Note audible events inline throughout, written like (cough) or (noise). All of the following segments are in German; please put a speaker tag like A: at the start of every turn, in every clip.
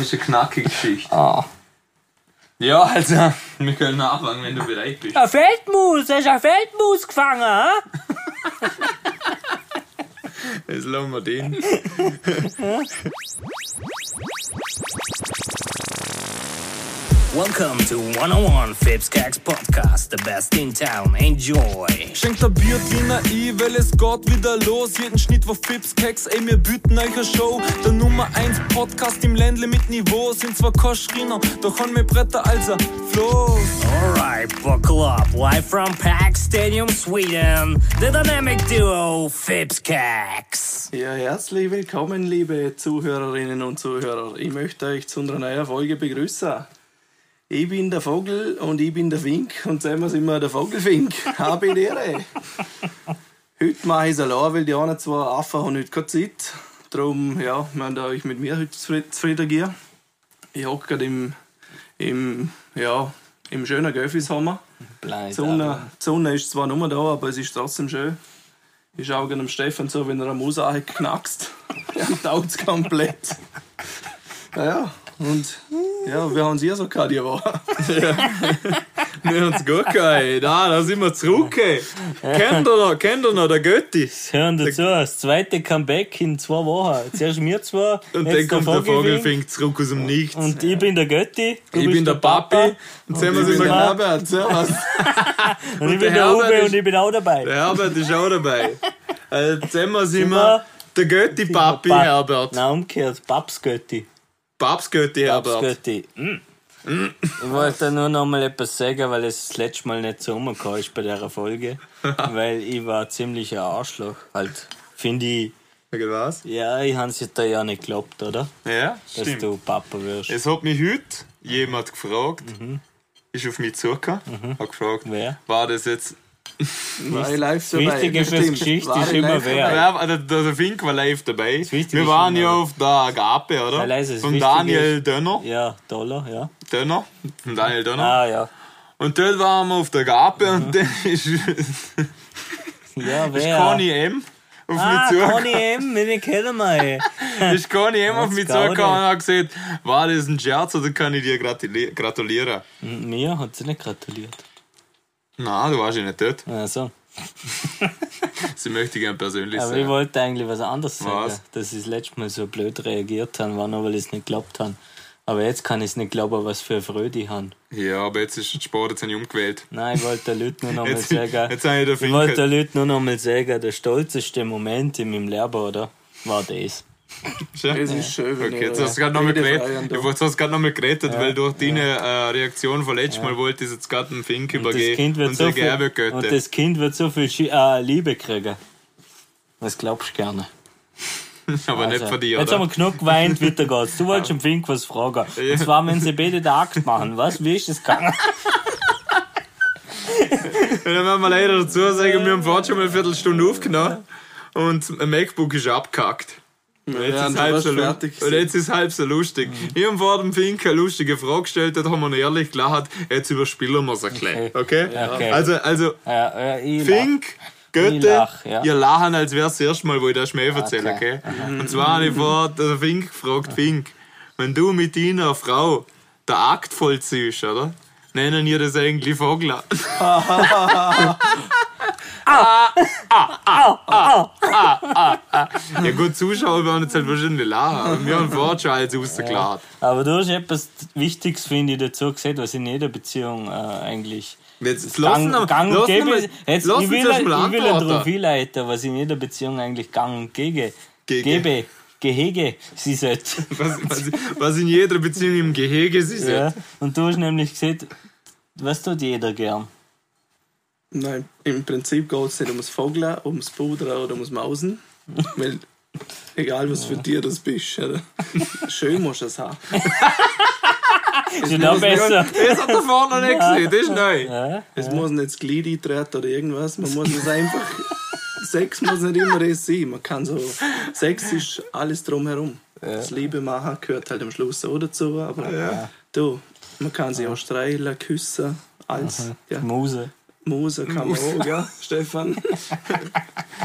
A: ist eine knackige Geschichte.
B: Ah.
A: Ja, Alter, (laughs) wir können anfangen, wenn du bereit bist.
B: Eine Feldmaus, hast du eine Feldmaus gefangen, hä?
A: Jetzt lassen wir den.
C: Welcome to 101 Phipps Cags Podcast, the best in town. Enjoy!
D: Schenkt ein Bier drinnen ein, weil es geht wieder los. Jeden Schnitt von Fips, Keks, ey, wir bieten euch eine Show. Der Nummer 1 Podcast im Ländle mit Niveau. Sind zwar Koschriner, doch haben wir Bretter als ein Floß.
C: Alright, buckle up. Live from Pack Stadium, Sweden, the dynamic duo Phipps Cags.
E: Ja, herzlich willkommen, liebe Zuhörerinnen und Zuhörer. Ich möchte euch zu unserer neuen Folge begrüßen. Ich bin der Vogel und ich bin der Fink und zusammen sind wir der Vogelfink. (laughs) Habe die Ehre. Heute mache ich es allein, weil die anderen zwei Affen haben heute keine Zeit. Darum, ja, wir euch mit mir heute zufrieden- zufrieden gehen. Ich hocke gerade im, im, ja, im schönen Göffishammer. Die Sonne, die Sonne ist zwar nur da, aber es ist trotzdem schön. Ich schaue dem Stefan so, wenn er am Maus (laughs) knackst. Dann taugt es komplett. Naja, und ja, wir haben sie ja so gehabt, die Woche.
A: Wir haben's gut gehabt, ey. Da, da sind wir zurück, ey. Kennt ihr noch, kennt ihr noch, der Götti?
B: Hören dazu, das zweite Comeback in zwei Wochen. Zuerst mir zwei,
A: (laughs) Und
B: jetzt
A: dann kommt der
B: Vogelfink.
A: Vogelfink zurück aus dem Nichts.
B: Und ich bin der Götti. du
A: ich
B: bist
A: bin der Papi. Und zusammen sind wir
B: der-
E: Herbert, servus.
B: Und
A: der
B: ich bin der
A: Herbert
B: Uwe
A: ist-
B: und ich bin auch dabei.
A: Der Herbert ist auch
B: (laughs)
A: dabei. Also, zusammen sind wir
B: wir-
A: der Götti-Papi
B: Pap-
A: Herbert.
B: Nein, umgekehrt, Papsgötti.
A: Papst-Götti Herbert.
B: Papsgötti. Mm. Ich wollte nur noch mal etwas sagen, weil es das letzte Mal nicht so umgekommen ist bei dieser Folge. Weil ich war ziemlich ein Arschloch. Halt, finde ich,
A: Was?
B: ja, ich habe es dir ja nicht geglaubt, oder?
A: Ja,
B: Dass
A: stimmt.
B: du Papa wirst.
A: Es hat mich heute jemand gefragt, ist auf mich zugekommen, hat gefragt,
B: Mhm. Wer?
A: war das jetzt.
E: War ich live dabei.
B: Wichtig ist, dass
E: bestimmt.
B: Geschichte
E: War
B: ist
E: ich
B: immer
E: live
B: wer.
A: Ja, der, der der Fink war live dabei.
B: Wichtige
A: Wir waren
B: ist
A: ja
B: immer-
A: auf der Agape, oder?
B: Ja, leise, das
A: Vom
B: Wichtige
A: Daniel Dönner.
B: Ja, Dollar, ja.
A: Dönner. Vom Daniel Dönner.
B: Ah, ja. Mhm.
A: Und dort waren wir auf der Agape und dann ist, ist
B: Ja, wer?
A: Conny M. auf
B: ah,
A: mich zugekommen.
B: Conny M, den kennen wir. ey.
A: ist Conny M. auf
B: Hat's
A: mich
B: gehauen,
A: zugekommen und hat gesagt, war das ein Scherz oder kann ich dir gratuli- gratulieren?
B: Mir hat sie nicht gratuliert.
A: Nein, du warst ja nicht dort.
B: Also,
A: Sie möchte gern persönlich
B: aber ich
A: sein.
B: wollte eigentlich was anderes sagen.
A: Was?
B: Dass ich das letzte Mal so blöd reagiert habe, war nur, weil ich es nicht geglaubt habe. Aber jetzt kann ich es nicht glauben, was für eine Freude die haben.
A: Ja, aber jetzt ist der Sport, jetzt habe ich umgewählt.
B: Nein, ich wollte den Leuten nur
A: (laughs)
B: noch mal
A: Jetzt,
B: sagen.
A: jetzt habe ich den
B: ich wollte
A: Fink.
B: den Leuten nur noch mal sagen, der stolzeste Moment in meinem Leben, oder? War das.
E: Es ist schön, wenn
A: Okay,
E: ihr
A: jetzt hast du gerade nochmal
E: redefrei
A: geredet.
E: und
A: Ich wollte- hast gerade nochmal geredet, weil durch deine äh, Reaktion von letztem Mal wollte ich es jetzt gerade dem Fink übergeben.
B: Das kind wird
A: und
B: so
A: sage,
B: viel,
A: er wird
B: und
A: Götte.
B: das Kind wird so viel Schi äh, Liebe kriegen. Was glaubst du gerne?
A: Aber nicht
B: Also,
A: von dir,
B: Jetzt haben
A: oder?
B: wir genug geweint, weiter geht's.
A: (laughs)
B: Du wolltest dem Fink was fragen. Und zwar, wenn sie beide den Akt machen. Was? Wie ist das
A: (laughs)
B: gegangen?
A: Ja, Dann werden wir leider dazu sagen, wir haben vorhin schon mal eine Viertelstunde aufgenommen und ein MacBook ist abgekackt. Und jetzt, ist
E: Ja, und
A: halb
E: dann
A: so
E: warst du
A: lu-
E: fertig
A: und jetzt ist halb so lustig. Ich habe vor dem Fink eine lustige Frage gestellt, da haben wir ihn ehrlich gelacht, jetzt überspielen wir es ein klein. Okay?
B: Okay.
A: Also, also
B: Ja, ja, ich lach.
A: Fink,
B: Ich
A: Götte,
B: lach, ja. Ah,
A: ihr lachen, als wäre das erste Mal, wo ich das Schmäh erzähle.
B: Okay. Mhm.
A: Okay? Und zwar habe ich vor der Fink gefragt, Fink, wenn du mit deiner Frau den Akt vollziehst, oder? Nennen ihr das eigentlich Vogel? (laughs)
B: Ah.
A: Ah,
B: Ah,
A: ah, Ja gut, Zuschauer werden jetzt halt wahrscheinlich lachen. aber Wir haben vorher schon alles rausgeklärt.
B: Aber du hast etwas Wichtiges, finde ich, dazu gesagt, was in jeder Beziehung äh, eigentlich.
A: Jetzt lassen wir
B: gang und
A: lassen
B: gäbe
A: wir-
B: ist. Jetzt,
A: lassen
B: ich
A: Sie
B: will,
A: erst
B: ich
A: mal
B: will darauf
A: antworten.
B: hinleiten, was in jeder Beziehung eigentlich gang und gäbe.
A: Gäge.
B: Gäbe. Gehege,
A: (laughs)
B: sie sollte.
A: Was, was, was in jeder Beziehung im Gehege sie sind.
B: Ja. Und du hast nämlich gesagt, was tut jeder gern?
E: Nein, im Prinzip geht es nicht ums Vogeln, ums Pudern oder ums Mausen. Weil, egal was für Tier das bist, oder? schön musst du es haben.
B: Ist ja
A: (laughs)
B: noch besser.
A: Das hat er vorher noch nicht gesehen, das ist neu.
E: Es muss nicht das Glied eintreten oder irgendwas. Man muss es einfach. Sex muss nicht immer es sein. Man kann so. Sex ist alles drumherum. Das Liebe machen gehört halt am Schluss auch dazu. Aber du, man kann sich auch streicheln, küssen, alles. Ja.
B: Muse.
E: Musa kann man auch, gell, Stefan?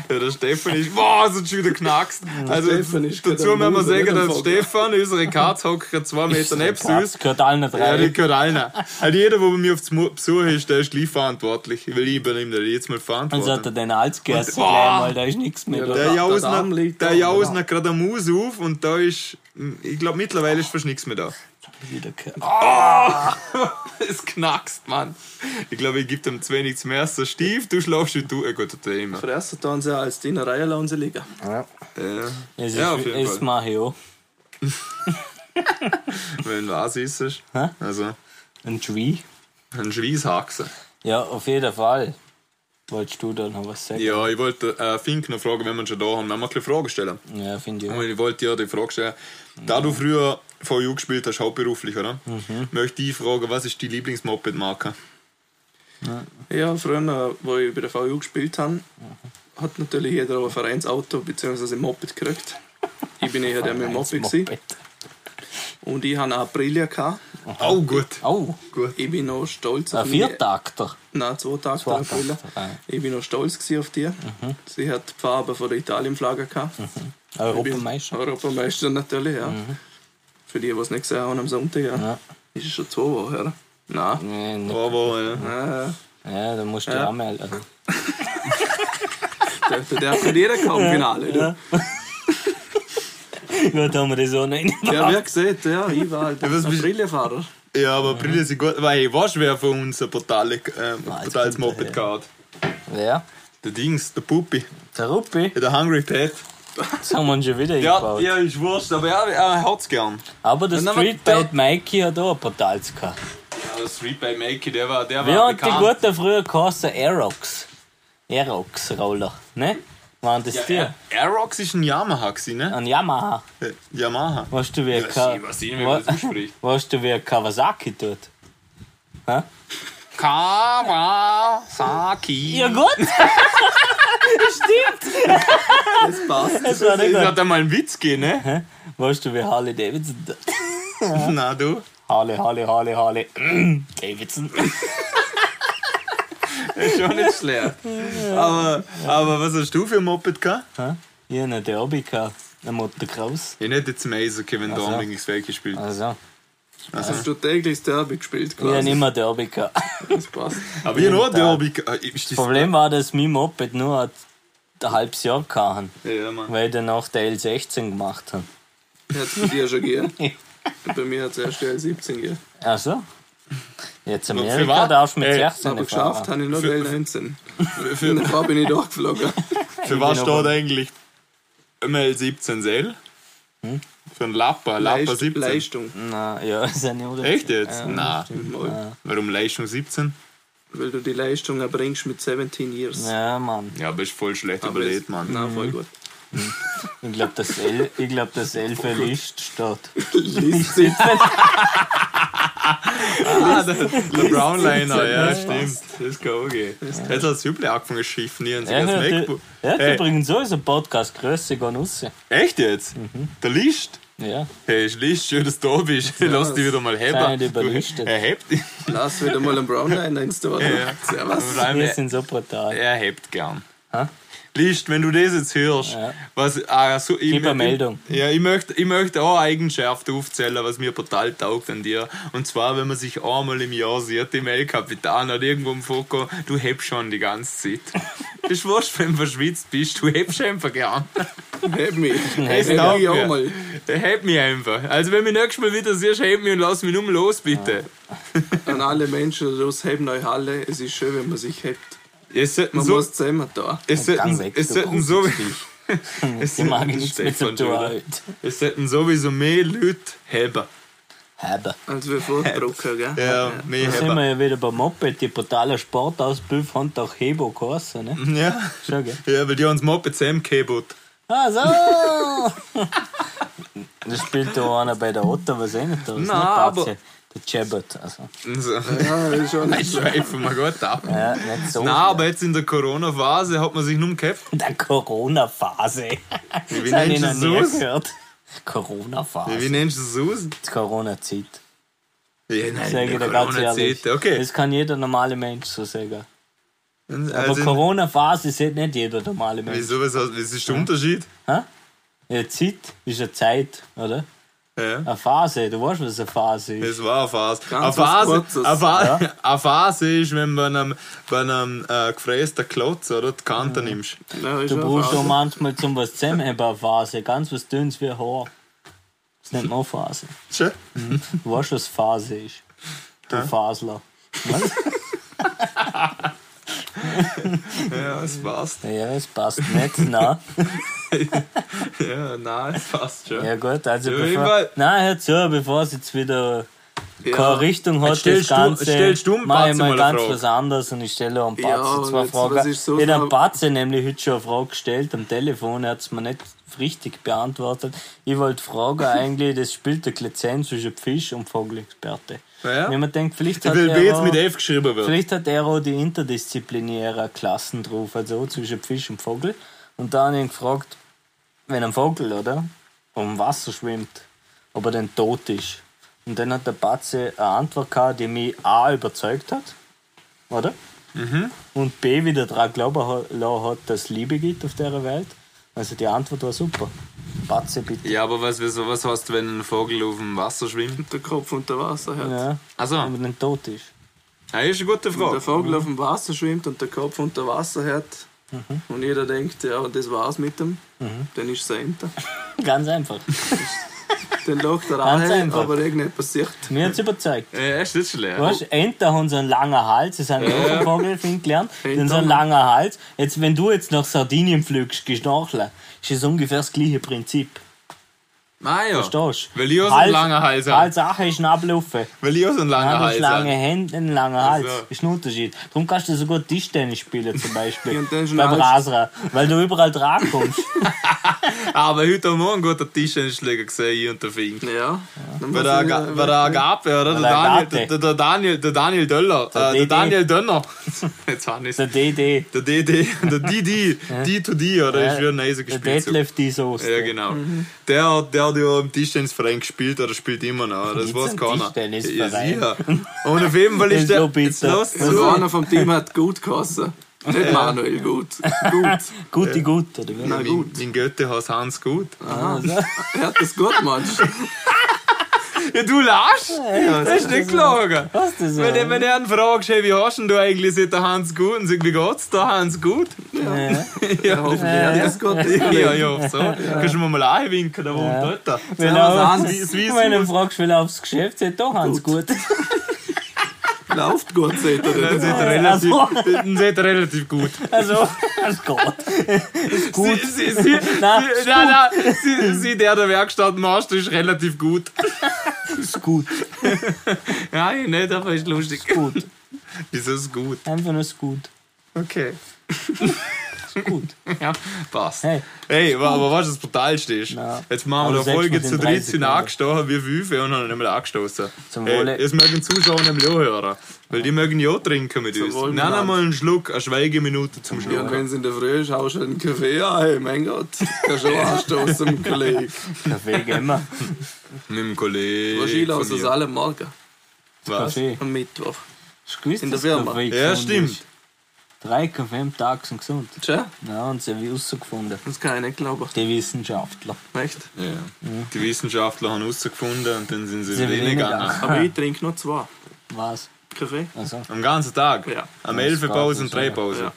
A: Ja, der Stefan ist. Boah, sind schon wieder knackst. Also,
E: Stefan ist
A: dazu
E: gerade
A: müssen
E: am
A: wir sagen,
E: Musen,
A: dass
E: nicht am
A: Stefan, unsere Katze, hockt gerade zwei Meter neben uns.
B: Das gehört allen
A: Ja, die
B: drei.
A: gehört allen. Also jeder, der bei mir auf Mu- Besuch ist, der ist gleich verantwortlich. Weil ich übernehme da jetzt mal
B: Dann
A: Verantwortung.
B: sollte er den Hals gegessen
A: Und-
B: gleich mal, da ist nichts mehr
A: der
B: da.
E: Also, der Arm
A: Jausner,
E: liegt da,
A: der Jausner gerade eine Maus auf und da ist. Ich glaube, mittlerweile ist fast nichts mehr da.
B: Wieder gehört.
A: Ah.
E: Ah!
A: (laughs) Es knackst, Mann. Ich glaube, ich gebe dem zu wenig zum ersten Stief, du schlafst wie du. Äh, gut, das Thema.
E: Fresse tun sie als Dienerei lassen sie liegen.
A: Ja,
B: Es ist,
A: ja auf jeden
B: es
A: Fall.
B: mache ich auch.
A: Wenn was ist, ist.
B: Hä?
A: Also,
B: Ein Schwein.
A: ein Schweißhaxen.
B: Ja, auf jeden Fall. Wolltest du da noch was sagen?
A: Ja, ich wollte äh, Fink noch fragen, wenn wir ihn schon da haben, wenn wir ein bisschen Fragen stellen.
B: Ja, finde ich. auch.
A: Und ich wollte dir die Frage stellen, da du früher VU gespielt hast, hauptberuflich, oder?
B: Mhm.
A: Möchte ich fragen, was ist die Lieblingsmoped-Marke?
E: Ja, früher, wo ich bei der VU gespielt habe, hat natürlich jeder auch ein Vereinsauto bzw. ein Moped gekriegt. Ich bin eher der mit dem Moped. gewesen.
B: Moped.
E: Und ich hatte eine Aprilia. Gehabt.
A: Oh, gut.
B: Oh,
E: Ich bin noch stolz
B: ein
E: meine-
B: Viertakter.
E: Nein, zwei Tage
B: Zwei
E: der Aprilia.
B: Tage, ah.
E: Ich bin noch stolz gewesen auf die. Sie hat die Farbe von der Italien-Flagge gehabt.
B: Europameister.
E: Europameister natürlich, ja. Für die, die es nicht gesehen haben am Sonntag, ja.
B: Ja.
E: Ist es schon zwei Wochen her? Nein.
B: Nee, nee.
A: Aber, ja.
E: Äh,
B: Ja, da musst du dich anmelden. (laughs)
E: der, der darf nicht jeder kommen im Finale. Ja,
B: Gut, haben wir das auch noch rein.
E: ja wer gesehen, ja, ich war halt
A: was
E: ein
A: bist-
E: Brillefahrer.
A: ja,
B: Mhm.
A: aber Brille sind gut. Weil ich weiß, wer von uns ein Portal,
B: Ah,
A: äh, Portals Moped gehabt hat.
B: Wer?
A: Der Dings, der Puppi,
B: Der Ruppi.
A: ja, der Hungry Ted.
B: Das haben wir ihn schon wieder
A: Ja,
B: eingebaut.
A: ja, ist wurscht, aber er, er hat's gern.
B: Aber der
A: Und dann
B: Street
A: war-
B: Bad Mikey hat auch ein Portals gehabt.
A: Ja, der Street by Makey, der war, der war
B: Ja, und die
A: Ah, bekannt.
B: guten früher geheißen Aerox. Aerox-Roller, ne? Waren das die?
A: Ja, Aerox ist ein Yamaha gewesen, ne?
B: Ein Yamaha.
A: Äh, Yamaha.
B: Weißt du, wie ein
A: Ja,
B: Ka-
A: ich weiß nicht, wie man das ausspricht.
B: Weißt du, wie ein Kawasaki tut? Hä?
A: Kawasaki.
B: Ja, gut! (laughs) Stimmt!
E: Das passt.
B: Das war
A: (laughs) Es
B: nicht gut.
A: hat einmal ein Witz gegeben, ne?
B: Hä? Weißt du, wie Harley Davidson tut?
A: (laughs) Na du.
B: Harley, Harley, Harley, Harley. (clears throat) Davidson.
A: Ist schon nicht schlecht. Aber, aber was hast du für ein Moped gehabt?
B: Hä? Ich hab einen Derby gehabt. Ein Motocross.
A: Ich nicht jetzt Maser, Kevin
B: so.
A: Dorn wegen des Weg gespielt.
B: Also,
E: Hast du täglich das Derby gespielt?
B: ich
A: Also.
B: hab
E: Quasi.
B: nicht mehr Derby gehabt.
E: Das passt.
A: Aber ich noch
B: Tag.
A: Derby. ge- Ah, Ist
B: Das
A: das,
B: Problem war, dass mein Moped nur ein halbes Jahr gehabt hat,
A: ja, Mann.
B: weil ich danach der L16 gemacht habe.
E: Hat es bei dir schon gegeben? Bei mir hat es erst die 17 gegeben.
B: Also? Jetzt
A: für
B: Amerika
A: was? Äh,
B: darfst du
A: Ey,
B: mit 16 fahren.
E: Aber geschafft habe ich nur
A: Für-
E: bei 19.
A: Für,
E: Und
A: für,
E: davor bin ich durchgeflogen.
A: für was
B: bin
A: steht
B: aber-
A: eigentlich ML17 Sell? Für einen Lapper, Lapper
E: Leist-
A: 17.
E: Leistung.
B: Na, ja, (laughs) ist ja nicht oder?
A: Echt jetzt? Nein.
E: Mal.
A: Warum Leistung 17?
E: Weil du die Leistung erbringst mit 17 Years.
B: Ja, Mann.
A: Ja, aber ist voll schlecht
E: Aber
A: überlegt,
E: es-
A: Mann.
E: Nein, voll gut.
B: Ich glaube, das L, ich glaub, das L
A: Oh
B: für List steht.
E: Lies 17.
A: (laughs) Ah, der, der Brownliner, ja, stimmt. Das kann auch gehen. Jetzt hat das Hüble angefangen zu schiffen, hier und sich
B: Er
A: das
B: hat,
A: MacBook.
B: er Äh, hat
A: Hey.
B: übrigens so einen Podcast. Grüße gehen raus.
A: Echt jetzt? Der List?
B: Ja.
A: Hey, ist List, schön, dass du da bist. Lass dich wieder mal
B: sei
A: heben.
B: nicht überlistet.
A: Er hebt. dich.
E: Lass wieder mal einen Brownliner ins Tor.
A: ja.
E: Servus.
A: Vor allem,
B: Wir
A: er-
B: sind so brutal.
A: Er hebt gern.
B: Hä?
A: List, wenn du das jetzt hörst,
B: Ja.
A: was. Ah, so, ich,
B: Gib eine Meldung.
A: Ja, ich möchte, ich möchte auch eine Eigenschaft aufzählen, was mir total taugt an dir. Und zwar, wenn man sich einmal im Jahr sieht, im El-Kapitan oder irgendwo im Foko, du hebst schon die ganze
B: (laughs)
A: Zeit. Ist wurscht, wenn du verschwitzt bist, du hebst einfach gern.
E: Heb mich.
A: Es
E: Heb
A: taugt
E: mich auch
A: mir.
E: mal.
A: Heb mich einfach. Also, wenn mich nächstes Mal wieder siehst, heb mich und lass mich nur los, bitte.
E: An alle Menschen da draußen, hebt euch alle. Es ist schön, wenn man sich hebt.
A: Es sollten
E: Man
A: so,
E: muss zusammen da.
A: es
B: Gang
A: sollten,
B: weg,
A: es
B: du
A: sollten so, (laughs) es
B: Ich mag
A: sollten,
B: nichts mit dem
A: Stefan
B: Tor
A: schon wieder.
B: heute.
A: es sollten sowieso mehr Leute haben.
B: Haben.
E: Als wir vordrucken, gell?
A: Ja, mehr
B: Da sind wir
A: haben.
B: ja wieder beim Moped. Die brutale Sportausbüff haben doch Hebo geheißen, ne?
A: Ja.
B: Schau, gell?
A: ja, weil die haben das Moped zusammengekebelt.
B: Ah, so!
A: (laughs)
B: das spielt da einer bei der Otter, was eh nicht da ist.
A: Na,
B: nicht
A: aber-
B: Patze. Der Jabot, also.
A: So. (laughs)
E: Ja, das ist schon
A: Ich schweife mal gut oh ab.
B: Ja, nicht so.
A: Nein, aber jetzt in der Corona-Phase hat man sich nur gehabt.
B: In (laughs) der Corona-Phase.
A: Wie
B: Das hab ich
A: nennst
B: noch
A: du
B: nie
A: es aus?
B: gehört.
A: Wie
B: Corona-Phase.
A: nennst du es aus?
B: Die Corona-Zeit.
A: Ja, nein,
B: Sage
A: in
B: ich
A: der
B: dir ganz ehrlich.
A: Corona-Zeit. Okay.
B: Das kann jeder normale Mensch so sagen. Aber
A: Also,
B: Corona-Phase sieht nicht jeder normale Mensch.
A: wieso, was, was ist der Unterschied?
B: Ja, Zeit ist eine Zeit, oder?
A: Ja.
B: Eine Phase, du weißt, was eine Phase ist.
A: Das war eine Phase. Eine
E: was
A: Phase,
E: Kurzes,
A: eine, Fa (laughs) eine Phase ist, wenn du bei einem, bei einem äh, gefrästen Klotz oder die Kante nimmst.
E: Ja, ist
B: Du
E: ja
B: brauchst auch
E: Phase.
B: manchmal zum was zusammenheben eine Phase, ganz was dünnes wie Haar. Das nennt man Phase.
A: Tschö.
B: Du weißt, was Phase ist. Du Fasler.
A: Ja, es passt.
B: Ja, es passt nicht, na.
A: Ja, nein, es passt schon.
B: Ja gut, also
A: Ja,
B: bevor...
A: egal.
B: Nein, hör zu, bevor es jetzt wieder keine Richtung hat, das
A: stellst du-
B: Ganze,
A: stellst du dem
B: mach
A: Patze
B: ich
A: mal
B: mal
A: eine
B: ganz
A: Frage.
B: was anderes und ich stelle am Patze
E: Ja, und
B: zwei
E: jetzt,
B: Fragen.
E: was ist so
B: ich
E: fra-
B: habe Patze nämlich heute schon eine Frage gestellt am Telefon, er hat es mir nicht richtig beantwortet. Ich
A: (laughs)
B: wollte fragen eigentlich, das spielt der Lizenz zwischen Fisch und Vogelexperte.
A: Ja.
B: Wenn man denkt, vielleicht hat
A: Weil
B: er
A: B jetzt
B: auch-
A: mit F geschrieben wird.
B: Vielleicht hat er auch die interdisziplinäre Klassen drauf, also auch zwischen Fisch und Vogel. Und da habe ich ihn gefragt, wenn ein Vogel, oder? Um Wasser schwimmt, ob er denn tot ist. Und dann hat der Batze eine Antwort gehabt, die mich A überzeugt hat, oder?
A: Mhm.
B: Und B wieder daran glauben ha- lassen hat, dass es Liebe gibt auf dieser Welt. Also die Antwort war super. Batze bitte.
A: Ja, aber was, wieso, was hast du, wenn ein Vogel auf dem Wasser schwimmt?
E: Der Kopf unter Wasser hat.
B: Ja,
A: Also,
B: aber dann tot ist.
A: das ist eine gute
E: Der
A: Frage.
E: Vogel auf dem Wasser schwimmt und der Kopf unter Wasser hat. Und jeder denkt, ja, das war's mit dem. Dann ist es ein Enter.
B: Ganz einfach.
E: Dann lacht er
B: Ganz
E: alle,
B: einfach.
E: aber irgendetwas passiert.
B: Mir hat es überzeugt.
A: Ja, Äh, ist nicht schlecht.
B: Weißt, du, Enter haben so einen langen Hals, das haben wir auch vom Vogelfink gelernt, dann so einen
E: Enten.
B: langen Hals. Jetzt, wenn du jetzt nach Sardinien fliegst, gehst nachher, ist das ungefähr das gleiche Prinzip.
A: Ah, ja.
B: Verstehst du?
A: Weil ich auch so einen langen Hals habe.
B: Hals auch ist ein Ablaufen.
A: Weil ich auch so einen langen
B: Dann hast
A: Hals Also-
B: du lange
A: habe.
B: Hände, einen langen Hals.
A: so.
B: Ist ein Unterschied. Darum kannst du so gut Tischtennis spielen, zum
E: Ja,
B: Beispiel.
E: und dann ist ein
B: beim
E: Hals.
B: Rasra. Weil du überall dran kommst.
A: (laughs) Aber heute haben wir einen guten Tischtennisschläger gesehen, ich und der Fink.
E: Ja. Dann
A: Bei
E: muss
A: der
E: ich
A: Aga-
E: wieder-
A: bei der Agape, oder? Der
B: der
A: Daniel,
B: Agape.
A: der, der Daniel, der Daniel Döller. äh,
B: DD.
A: Der Daniel
B: (laughs)
A: Dönner. Jetzt habe ich
B: Der DD.
A: Der DD, der DD, D2D, oder? Ist wieder ein nice
B: Der
A: gespielt. so.
B: Detlef die Soße.
A: Ja, genau.
B: Mhm.
A: Der, hat- der hat ja im Tischtennisverein gespielt oder spielt immer noch. Das
B: Gibt's
A: weiß
B: einen
A: keiner. Ja,
B: Tischtennisverein?
A: sicher. Und auf jeden Fall
B: (laughs) Das
A: ist
B: ist
A: der.
B: so bitter.
A: jetzt lass
E: Und
A: zu.
E: einer vom Team hat gut geheißen. Nicht Manuel, gut. Gut.
B: Gute, gut, oder wie?
E: Na
A: Mein,
E: gut.
A: mein Götte heißt Hans Gut.
E: Er hat das gut gemacht.
A: Ja, du lachst! das ist nicht gelogen.
B: Was das
A: Wenn, du- wenn du einen fragst, hey, wie hast denn du eigentlich seit der Hans Gut? Und sagt, wie geht's da, Hans Gut?
B: (laughs) Ja.
E: Ja, hoffentlich hat er das gut
A: Ja,
E: gemacht.
A: ja, so. Kannst du mir mal einwinken, da wohnt
B: Ja.
A: dort. da.
B: Wenn
E: Servus,
B: er-
E: Hans.
A: Wie- wie-
B: (laughs) Wenn du fragst, will er aufs Geschäft, sagt doch Hans gut.
E: Läuft gut, seht ihr.
A: Dann seid ihr relativ, dann seid ihr relativ gut. (laughs)
B: Also, es geht. Ist gut.
A: Sie, sie, sie,
B: Nein,
A: sie, nein, nein, sie, sie, der der Werkstatt macht, ist relativ gut.
B: Ist gut.
A: Ja, ich nicht, aber ist lustig.
B: Gut.
A: Wieso ist gut?
B: Einfach nur ist gut.
A: Okay.
B: Ist gut.
A: (laughs) Ja, passt.
B: Hey,
A: Hey, wa- aber weißt du, was das Brutalste ist?
B: Ja.
A: Jetzt machen
B: Aber
A: wir eine
B: sechs
A: Folge
B: Also mit
A: zu
B: den
A: 13
B: 30
A: sind angestochen, wir Wüfe und haben nicht mehr angestoßen.
B: Zum Wohle.
A: Hey, jetzt mögen die Zuschauer nämlich auch hören. Weil die mögen ja auch trinken mit uns.
E: Wohl,
A: Nehmen
E: Mann.
A: wir mal einen Schluck, eine Schweigeminute zum
E: Ja, und
A: Schluck.
E: wenn es in der Früh ist, haust du einen Kaffee an. Hey, mein Gott. Kannst du auch anstoßen, dem Kollegen.
B: Kaffee gehen wir.
A: Mit dem Kollegen.
E: Wahrscheinlich
A: von
E: aus es
A: mir.
E: alle Morgen.
A: Was?
B: Kaffee.
E: Am Mittwoch.
B: Hast du gewusst,
E: In der
B: dass
E: Firma.
B: Kaffee
A: Ja,
B: gesund
A: stimmt.
B: Ist? Drei Kaffee am Tag sind gesund.
E: Tja,
B: Ja, und sie haben herausgefunden.
E: das kann ich nicht glauben.
B: Die Wissenschaftler.
E: Echt?
A: Ja. Die Wissenschaftler haben herausgefunden und dann sind sie,
B: Sie
A: wieder
B: sind
A: reingegangen.
B: reingegangen.
E: Aber ich trinke noch zwei.
B: Was?
E: Kaffee.
B: Also,
A: Am ganzen Tag.
E: Ja.
A: Am 11 Pause und
B: geht
A: 3
B: nicht,
A: Pause.
E: ja.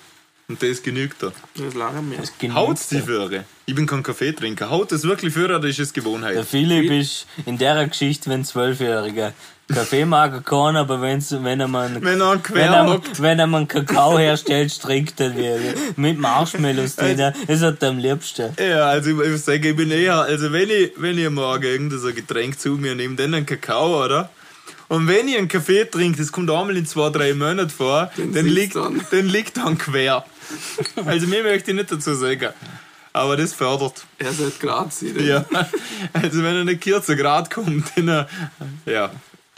A: Und das genügt da.
E: Das ist lange mehr.
B: es genügt.
A: Haut's die Föhre? Ich bin kein Kaffeetrinker. Haut es wirklich Föhre oder ist es Gewohnheit?
B: Der Philipp ist in der Geschichte, wenn Zwölfjähriger Kaffee mag er kann, aber wenn's, wenn er mal einen
A: Wenn er
B: Wenn er,
A: quer
B: wenn er mal einen Kakao herstellt, trinkt er wieder. Mit Marshmallows drin. Das hat er am liebsten.
A: ja, also ich, ich sage, ich bin eher, also wenn ich, wenn ich morgen irgendein so ein Getränk zu mir nehme, dann einen Kakao, oder? Und wenn ich einen Kaffee trinke, das kommt einmal in zwei, drei Monaten vor, dann,
E: sind's
A: liegt,
E: dann.
A: dann. liegt dann quer. Also mir möchte ich nicht dazu sagen. Aber das fördert.
E: Er sollte gerade sein.
A: Ja. Also wenn er nicht hier zu Grad kommt, dann, äh, ja.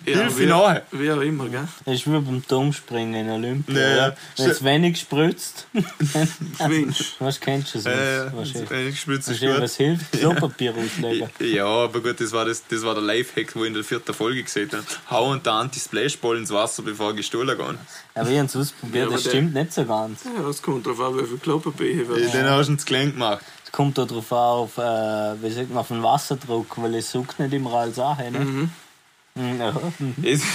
A: Hilf mir nahe.
E: Wie auch immer, gell?
B: Ich will beim Turmspringen in Olympia.
A: Ja, ja.
B: oder? Wenn es wenig spritzt,
E: Mensch.
B: was kennst du sonst?
A: Äh,
B: was, hilft?
A: ich spür's
B: was,
A: nicht
B: hilft?
A: gut.
B: was hilft? Klopapier auslegen.
A: Ja, aber gut, das war, das, das war der Lifehack, wo ich in der vierten Folge gesehen habe. Hau und der Anti-Splash-Ball ins Wasser, bevor er gestohlen gehen.
B: Aber ich habe es ausprobiert,
E: aber
B: das
E: der-
B: stimmt nicht so ganz.
E: Ja, es kommt drauf an, wie viel Klopapier ich habe.
A: Den hast du ins Gelenk gemacht.
B: Es kommt auch drauf an, auf, äh, wie sagt man, auf den Wasserdruck, weil es saugt nicht immer alles an. Ne? Mhm. Ja.
A: Es- (laughs)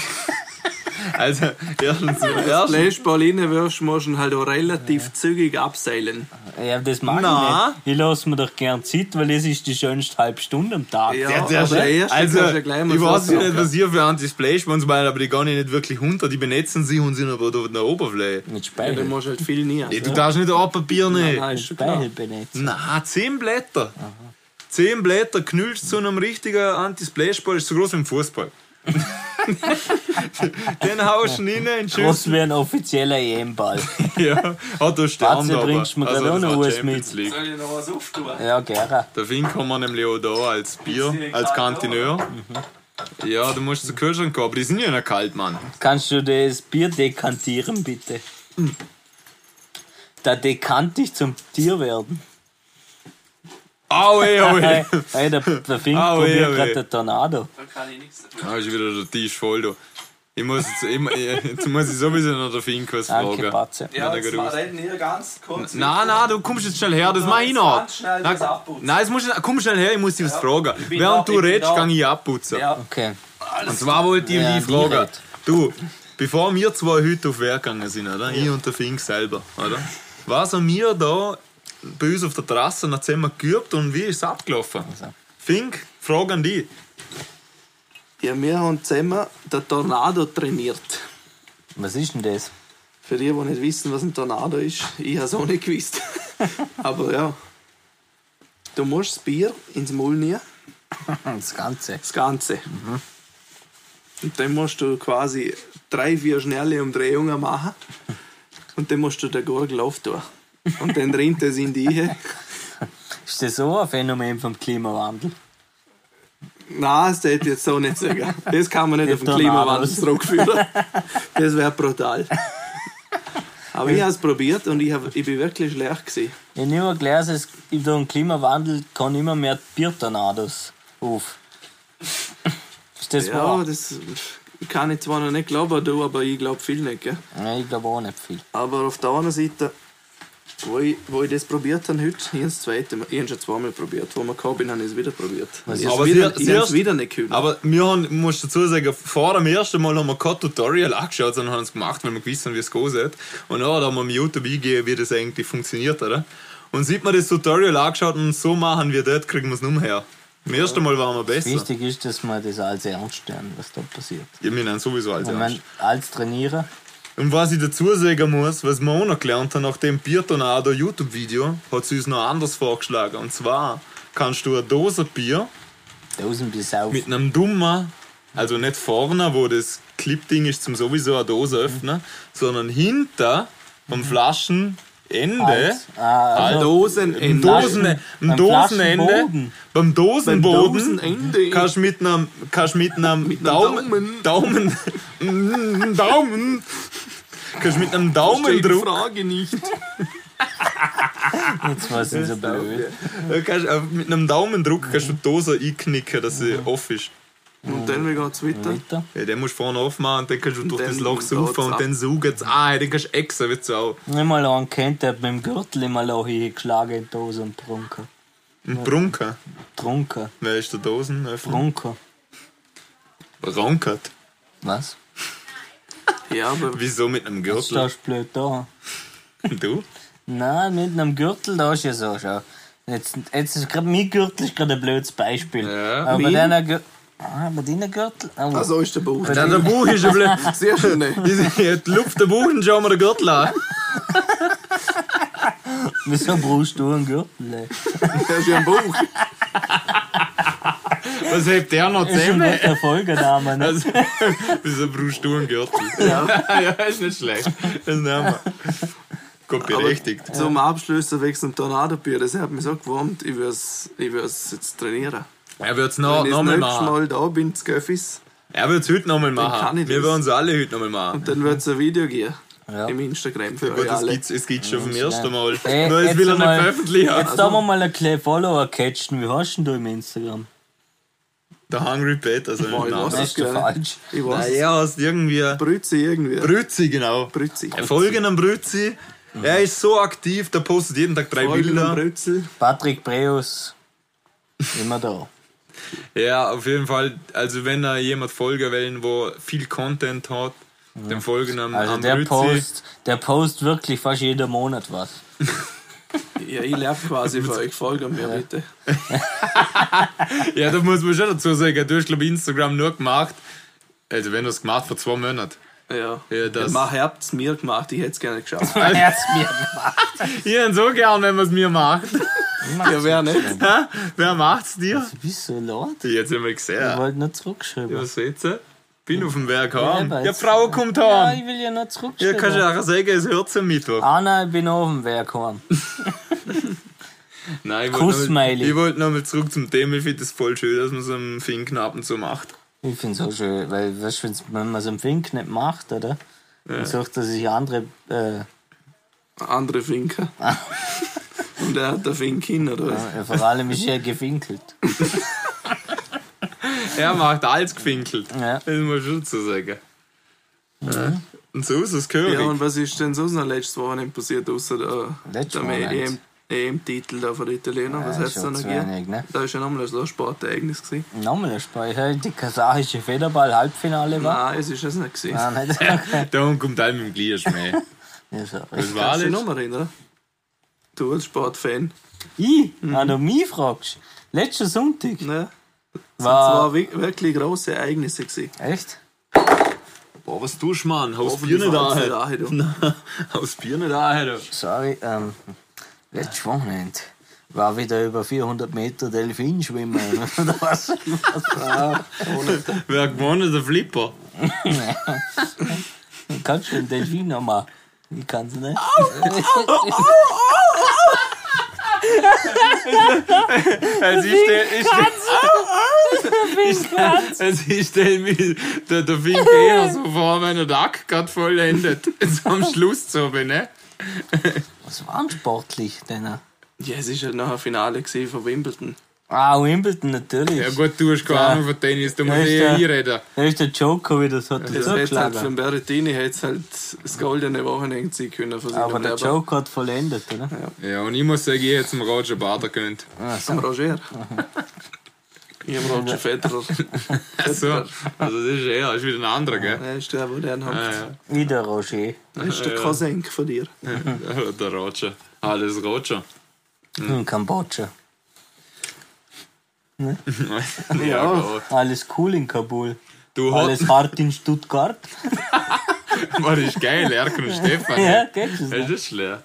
A: Also, erstens, erstens
E: Flashball reinwirfst, musst du ihn halt auch relativ zügig abseilen.
B: ja, das mag
E: Na?
B: ich nicht. Ich lasse mir doch gern Zeit, weil es ist die schönste halbe Stunde am Tag.
E: Ja,
A: Der
E: aber
A: Chef-
E: erst
A: also,
E: kannst du ja gleich mal
A: ich weiß
E: Fotos
A: nicht, was ihr für Anti-Splash-Mans meint, aber die gehen ja nicht wirklich runter. Die benetzen sich und sind aber da auf der Oberfläche.
B: Mit
E: Ja, dann
B: Speichel.
E: musst du halt viel nie.
A: Ja, Du darfst nicht ein Papier nehmen.
E: Nein, ist schon
B: Speichel
E: klar.
B: benetzen.
A: Nein, zehn Blätter. Zehn Blätter knüllst zu einem richtigen Anti-Splash-Ball, ist so groß wie ein
B: (laughs)
A: Fußball. Den haust du rein in Schuss.
B: Groß wie ein offizieller EM-Ball.
A: Ja, hat du Stern
B: Batze,
A: da.
B: bringst du mir
A: Also,
B: grad auch noch was mit?
A: League.
E: Soll ich noch was auftun?
B: Ja, gerne.
A: Der Fink kann man nämlich auch da als Bier, als Kantineur. Ja, du musst zu Kühlschrank gehen, aber die sind ja noch kalt, Mann.
B: Kannst du das Bier dekantieren, bitte? Da dekant ich zum Tier werden.
A: Au, ey, au, ey.
B: Hey,
A: (laughs)
B: hey, der, der Fink
A: Au,
B: probiert
A: weh, au, weh.
B: gerade den Tornado.
E: Da kann ich nichts dazu.
A: Ah, ist wieder der Tisch voll da. Ich muss jetzt, ich, jetzt muss ich sowieso noch der Fink was
B: Danke,
A: fragen.
B: Patze.
A: Ja, jetzt mal
E: reden hier ganz kurz.
A: Nein, nein, du kommst jetzt schnell her, das mach ich noch.
E: Ganz schnell
A: Nein,
E: das abputzen.
A: nein, jetzt musst du, komm schnell her, ich muss dich was fragen.
E: ich bin
A: Während
E: da,
A: du
E: ich bin
A: redest,
E: da.
A: kann ich abputzen.
B: Okay.
A: Und zwar wollte ich
B: Ja,
A: dich fragen,
B: direkt.
A: du, bevor wir zwei heute auf Wehr gegangen sind, oder? Ich und der Fink selber, oder? Was haben wir da bei uns auf der Trasse noch zusammen geübt und wie ist es abgelaufen?
E: Also.
A: Fink, frage an dich.
E: Ja, wir haben zusammen den Tornado trainiert.
B: Was ist denn das?
E: Für die, die nicht wissen, was ein Tornado ist, ich habe es auch nicht gewusst. (laughs) Aber ja. Du musst das Bier ins Maul nehmen,
B: Das Ganze.
E: das Ganze. Und dann musst du quasi drei, vier schnelle Umdrehungen machen. Und dann musst du den Gurgel auftun. Und dann rennt es in die Ehe.
B: Ist das so ein Phänomen vom Klimawandel?
E: Nein, das hätte ich jetzt so nicht sagen. Das kann man nicht auf den
B: Tornados.
E: Klimawandel zurückführen. Das wäre brutal. Aber ich habe es probiert und ich, hab, ich bin wirklich schlecht. Gewesen.
B: Ich nehme ein Glas, es gibt einen Klimawandel, kann immer mehr Biertornados auf. Ist das
E: Ja,
B: wahr?
E: das kann ich zwar noch nicht glauben, du, aber ich glaube viel nicht. Gell?
B: Nein, ich glaube auch nicht viel.
E: Aber auf der anderen Seite, wo ich, wo ich das probiert habe heute, ich habe es zweite Mal- ich habe schon zweimal probiert. Wo wir gehabt haben, habe ich es wieder probiert. Ich
A: Aber
E: habe es wieder,
A: sie-
E: ich
A: sie
E: habe es
A: erst-
E: wieder nicht können.
A: Aber wir haben, ich muss dazu sagen, vor dem ersten Mal haben wir kein Tutorial angeschaut, sondern haben es gemacht, weil wir gewusst haben, wie es geht. Und ja, da haben wir im YouTube eingegeben, wie das eigentlich funktioniert, oder? Und sieht man das Tutorial angeschaut und so machen wir das, kriegen wir es nicht mehr her. Im ersten Mal waren wir besser.
B: Wichtig ist, dass wir das alles ernst nehmen, was da passiert.
A: Ich meine, sowieso als
B: Ich
A: Ernst.
B: meine, als Trainierer,
A: Und was ich dazu sagen muss, was wir auch noch gelernt haben nach dem Biertornado YouTube-Video, hat sie uns noch anders vorgeschlagen. Und zwar kannst du eine Dose Bier
B: Dosen bis auf.
A: mit einem dummen, also nicht vorne, wo das Clip-Ding ist, zum sowieso eine Dose öffnen, sondern hinter am Flaschenende.
B: Hals. Ah, also-
A: Hals.
E: Dosenende.
A: Am Dosen, am
B: Beim
A: Dosenende.
B: Flaschenboden.
A: Beim Dosenboden.
E: Dosenende.
A: Kannst mit einem, kannst mit einem Daumen. Daumen. Daumen. mm, Daumen. Kannst mit einem Daumendruck.
E: Frage nicht.
B: Jetzt war sie so blöd.
A: Äh, Kannst, äh, mit einem Daumendruck kannst du die Dose einknicken, dass sie off ist.
E: Und dann, wie geht es weiter?
B: Weiter.
A: Ja, den musst du vorne aufmachen und dann kannst du durch
E: dann
A: das Loch saufen
E: geht's ab.
A: und dann saugen sie. Ah, den kannst du exen, wird's auch.
B: Nicht mal einen kennt, der hat mit dem Gürtel immer noch geschlagen in die Dose und trunken.
A: Und Brunken.
B: Trunken.
A: Wer ist der Dosenöffner?
B: Trunken.
A: Ronkert.
B: Was?
E: Ja, aber
A: Wieso mit einem
B: Du
A: Gürtel?
B: stehst blöd da.
A: Du?
B: Nein, mit einem Gürtel, da ist ja so, schau. Jetzt, jetzt ist gerade mein Gürtel ist gerade ein blödes Beispiel.
A: Ja. Also-
B: aber
E: Mein?
B: deiner Gürtel. Ah, aber deiner Gürtel. Oh,
E: so ist der Bauch.
A: Ja, der Buch ist ja (laughs) blöd.
E: Sehr schön. ey.
A: Jetzt lupft der Buch und schau mir den Gürtel an.
B: Wieso brauchst du einen Gürtel? ey?
E: Der ist ja ein Bauch.
A: Was hebt der noch
B: Das ist ein
A: zusammen?
B: guter Folgename, ne?
A: Also, (laughs) wieso brauchst du einen Gürtel? Ja, (laughs) ja ist nicht schlecht. Das nehmen wir. Gut (laughs) berechtigt.
E: Zum Abschluss wegen dem Tornadobier, das hat mich so gewurmt, ich würde es ich würd's jetzt trainieren.
A: Er wird's noch,
E: Wenn ich
A: noch
E: das
A: mal
E: nächste
A: machen.
E: Mal da bin, zu Göffis,
A: Er wird es heute nochmal
E: kann
A: machen.
E: ich
A: Wir
E: das.
A: werden es alle heute nochmal machen.
E: Dann wird es ein Video geben.
B: Ja.
E: Im Instagram für
A: Gut,
E: euch
A: es
E: alle.
A: gibt es gibt's schon vom
B: Ja.
A: ersten Mal.
B: Ey,
A: Nur es
B: Äh, jetzt
A: will er
B: mal-
A: nicht veröffentlichen.
B: Jetzt da wir mal einen kleinen Follower catchen. Wie hast denn du im Instagram?
A: Der Hungry also Peter, so
E: Boah,
A: ein
E: ich weiß
A: Name.
E: es
B: ist doch
E: gar
B: falsch.
E: nicht. Ich weiß es.
A: Er heißt irgendwie
E: Brütze irgendwie.
A: Brützi, genau.
E: Brützi.
A: Folgen am Brützi.
B: Mhm.
A: Er ist so aktiv, der postet jeden Tag drei
E: Eulen und
A: Bilder.
E: Brötzel.
B: Patrick Breus. Immer da.
A: Ja, auf jeden Fall. Also wenn er jemand folgen will, wo viel Content hat, dann folgen am,
B: Also
A: am
B: der
A: Brützi.
B: Post, der Post wirklich fast jeden Monat was.
E: Ja, ich lerne quasi von euch. Folgt mir bitte.
A: Ja, da muss man schon dazu sagen, du hast glaube ich Instagram nur gemacht. Also wenn du es gemacht vor zwei Monaten.
E: Ja.
A: Ja, das-
E: Mach habt's mir gemacht, ich hätte es
B: (laughs)
E: gerne geschafft.
B: Herz mir gemacht.
A: Ich hätte so gern, wenn man es mir
B: (laughs)
A: macht.
E: ja, wer nicht?
A: Hä? Wer macht's dir?
B: Du bist so laut.
A: Jetzt haben wir gesehen.
B: Ich wollte nur zurückschreiben.
A: Was seht ihr? Bin auf dem Werk
B: Ja,
A: heim.
B: weiß.
A: Ja, Frau kommt
B: Ja,
A: heim.
B: ich will ja nur
A: Ja, kannst du
B: zurückschreiben.
A: auch sagen, es hört zum Mittwoch.
B: Ah nein, ich bin auf dem Werk heim.
A: Nein, ich
B: Kuss,
A: wollte nochmal-
B: Meili.
A: ich wollte nochmal zurück zum Thema. Ich finde es voll schön, dass man so einen Fink ab und zu macht.
B: Ich finde es auch schön, weil weißt, du, wenn's- wenn man so einen Fink nicht macht, oder? Dann sucht er sich andere. Äh,
E: Andere Finker.
B: Ah.
E: Und er hat der Fink hin, oder was?
B: äh, vor allem ist er gefinkelt.
A: Er macht alles gefinkelt.
B: Ja.
A: Das
B: Mhm.
A: muss man schon zu sagen. Ja. Und so ist es gehörig. (laughs)
E: Ja, und was ist denn sonst noch letztes Wochenende passiert, außer der,
B: Letztes
E: der
B: Wochenende?
E: EM, EM-Titel da von den Italienern? Was
B: Ja,
E: heißt da
B: schon
E: noch
B: zu
E: gegeben?
B: wenig, ne?
E: Da ist ja nochmal so ein Sportereignis gewesen.
B: Nochmal ein Speicher, halt die kasachische Federball-Halbfinale war.
E: Nein, es ist es nicht gewesen.
B: Nein, nicht. Okay.
A: Der Hund kommt halt mit dem Glierschmäh.
B: (laughs) Ja, sorry. (laughs)
A: Das war
E: Kannst du dich
A: alles.
E: nochmal erinnern? Du als Sportfan,
B: Ich, wenn du mich fragst, letzten Sonntag
E: ne?
B: war.
E: Zwei wi- wirklich große Ereignisse gewesen.
B: Echt?
A: Boah, was tust du, Mann? Haus Bier
E: Hoffentlich
A: nicht
E: fallt's
A: an.
E: nicht an,
A: Haus Bier nicht an.
B: Sorry, ähm, letztes Wochenende war wieder über 400 Meter Delfinschwimmen (laughs) oder was?
A: Wer hat gewonnen? Der Flipper.
B: Kannst du den Delfin nochmal? Ich kann's nicht.
A: Also ich stell, ich stell,
B: Oh,
A: also ich stell mir der, der Fink eher so vor, wenn er den Ack gerade
B: (laughs)
A: vollendet. Jetzt am Schluss so bin, ne?
B: Was war denn sportlich denn?
E: Ja, es ist halt noch ein Finale gewesen von Wimbledon.
B: Ah, Wimbledon natürlich.
A: Ja gut, du hast keine
B: Ja.
A: Ahnung von Tennis, du musst
B: Ja, ist
A: eher
B: der-
A: einreden.
B: Da ist der Joker wieder so
E: Das hätte halt für
B: zugeschlagen.
E: den Berrettini hätt's halt das goldene Wochenende sein können von seinem
B: Aber der
E: Leben.
B: Joker hat vollendet, oder?
A: Ja, und ich muss sagen, ich hätte zum Roger Bader gönnt.
E: Am Roger.
A: (laughs)
E: Ich hab Roger Federer.
A: So, also das ist er, ist wieder ein anderer, gell?
E: Er ist der, der den hat.
A: Ja,
B: Wie der Roger.
E: Das ist der Cousin von dir.
A: ja. (laughs) Der Roger. Alles
B: (laughs)
A: Roger.
B: In Kambodscha.
A: Ja.
B: Alles cool in Kabul.
A: Du hast. (laughs)
B: Alles hart in Stuttgart.
A: Das ist geil, Erkan
B: (laughs)
A: und Stefan.
B: Ja, kennst du
A: Das
B: es?
A: ist schlecht.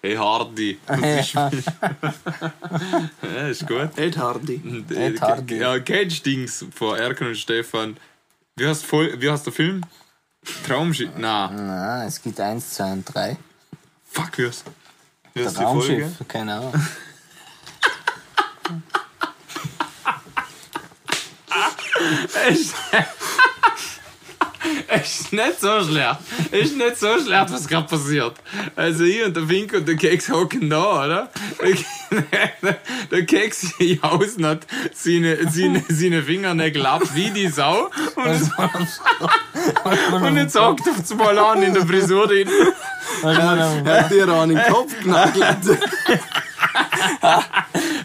A: Hey, Hardy.
B: (laughs) Ja.
A: (laughs) Ja, ist gut.
E: Ed Hardy.
A: (laughs) Ed
B: Hardy.
A: Äh, Ja, Cage Dings von Erkan und Stefan. Wie heißt, voll, wie heißt der Film? Traumschiff. Na,
B: Ah, es gibt eins, zwei und drei.
A: fuck, wie heißt, wie heißt die Folge?
B: Raumschiff,
A: (laughs)
B: keine Ahnung.
A: Ist, ist nicht so schlecht. Ist nicht so schlecht, was gerade passiert. Also ich und der Fink und der Keks hocken da, oder? (laughs) Der- Der Keks jausen hat seine, seine, seine Fingernägel ab wie die Sau. Und, es, und jetzt hockt auf zum an in der Frisur hin.
B: Warte mal, warte mal.
E: Er hat dir auch in den Kopf genagelt.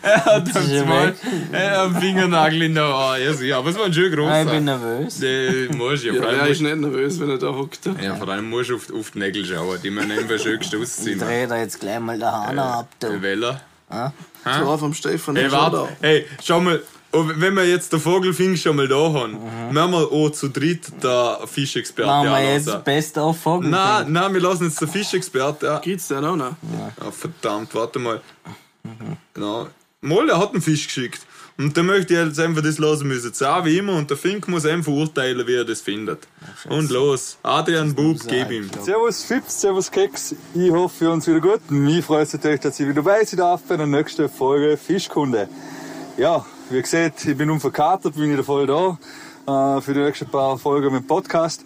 A: Hat
B: ist ja
A: zwei,
B: weg.
A: äh, einen Fingernagel in der Ohr. Also, ja, aber es war ein schön
B: Ah, Ich
A: großer.
B: bin nervös.
A: Der äh, muss ja,
E: Ja,
A: vor allem
E: er ist
A: musst-
E: nicht nervös, wenn er da hockt.
A: ja, vor allem musst du auf, auf die Nägel schauen. Die müssen einfach schön gestutzt sein.
B: Ich drehe da jetzt gleich mal den Hahn ab. Du.
A: Weller.
E: Der Ohr vom Stefan
A: Ey,
E: ist auch da.
A: warte. Ey, schau mal. oh, Wenn wir jetzt den Vogelfink schon mal da haben, machen wir auch zu dritt den Fischexperte
B: Mhm. Machen wir
A: anlassen.
B: jetzt best auf Vogel.
A: Nein, nein, wir lassen jetzt den Fischexperte an.
E: Gibt's den auch noch?
A: Ah, verdammt, warte mal. Na, mal, er hat einen Fisch geschickt. Und da möchte ich jetzt einfach das lassen müssen. So wie immer. Und der Fink muss einfach urteilen, wie er das findet. Und los. Adrian Bub, gib ihm.
F: Servus Fips, Servus Keks. Ich hoffe, wir uns wieder gut. Mich freut es natürlich, dass ich wieder dabei sein darf bei der nächsten Folge Fischkunde. Ja, wie gesagt, ich bin unverkatert, bin wieder voll da. äh, für die nächsten paar Folgen mit dem Podcast.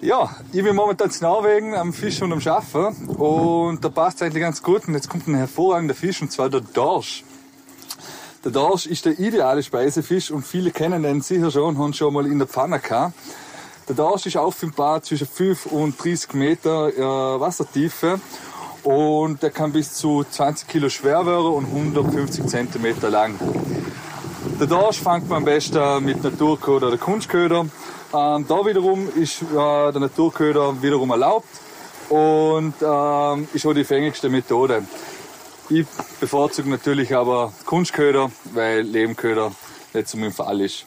F: Ja, ich bin momentan in Norwegen am Fischen und am Schaffen und da passt es eigentlich ganz gut. Und jetzt kommt ein hervorragender Fisch und zwar der Dorsch. Der Dorsch ist der ideale Speisefisch und viele kennen den sicher schon, haben schon mal in der Pfanne gehabt. Der Dorsch ist auffindbar zwischen 5 und 30 Meter äh, Wassertiefe und der kann bis zu 20 Kilo schwer werden und 150 Zentimeter lang. Der Dorsch fängt man am besten mit Naturköder oder Kunstköder. Ähm, da wiederum ist äh, der Naturköder wiederum erlaubt und ähm, ist auch die fängigste Methode. Ich bevorzuge natürlich aber Kunstköder, weil Lehmköder nicht so mein Fall ist.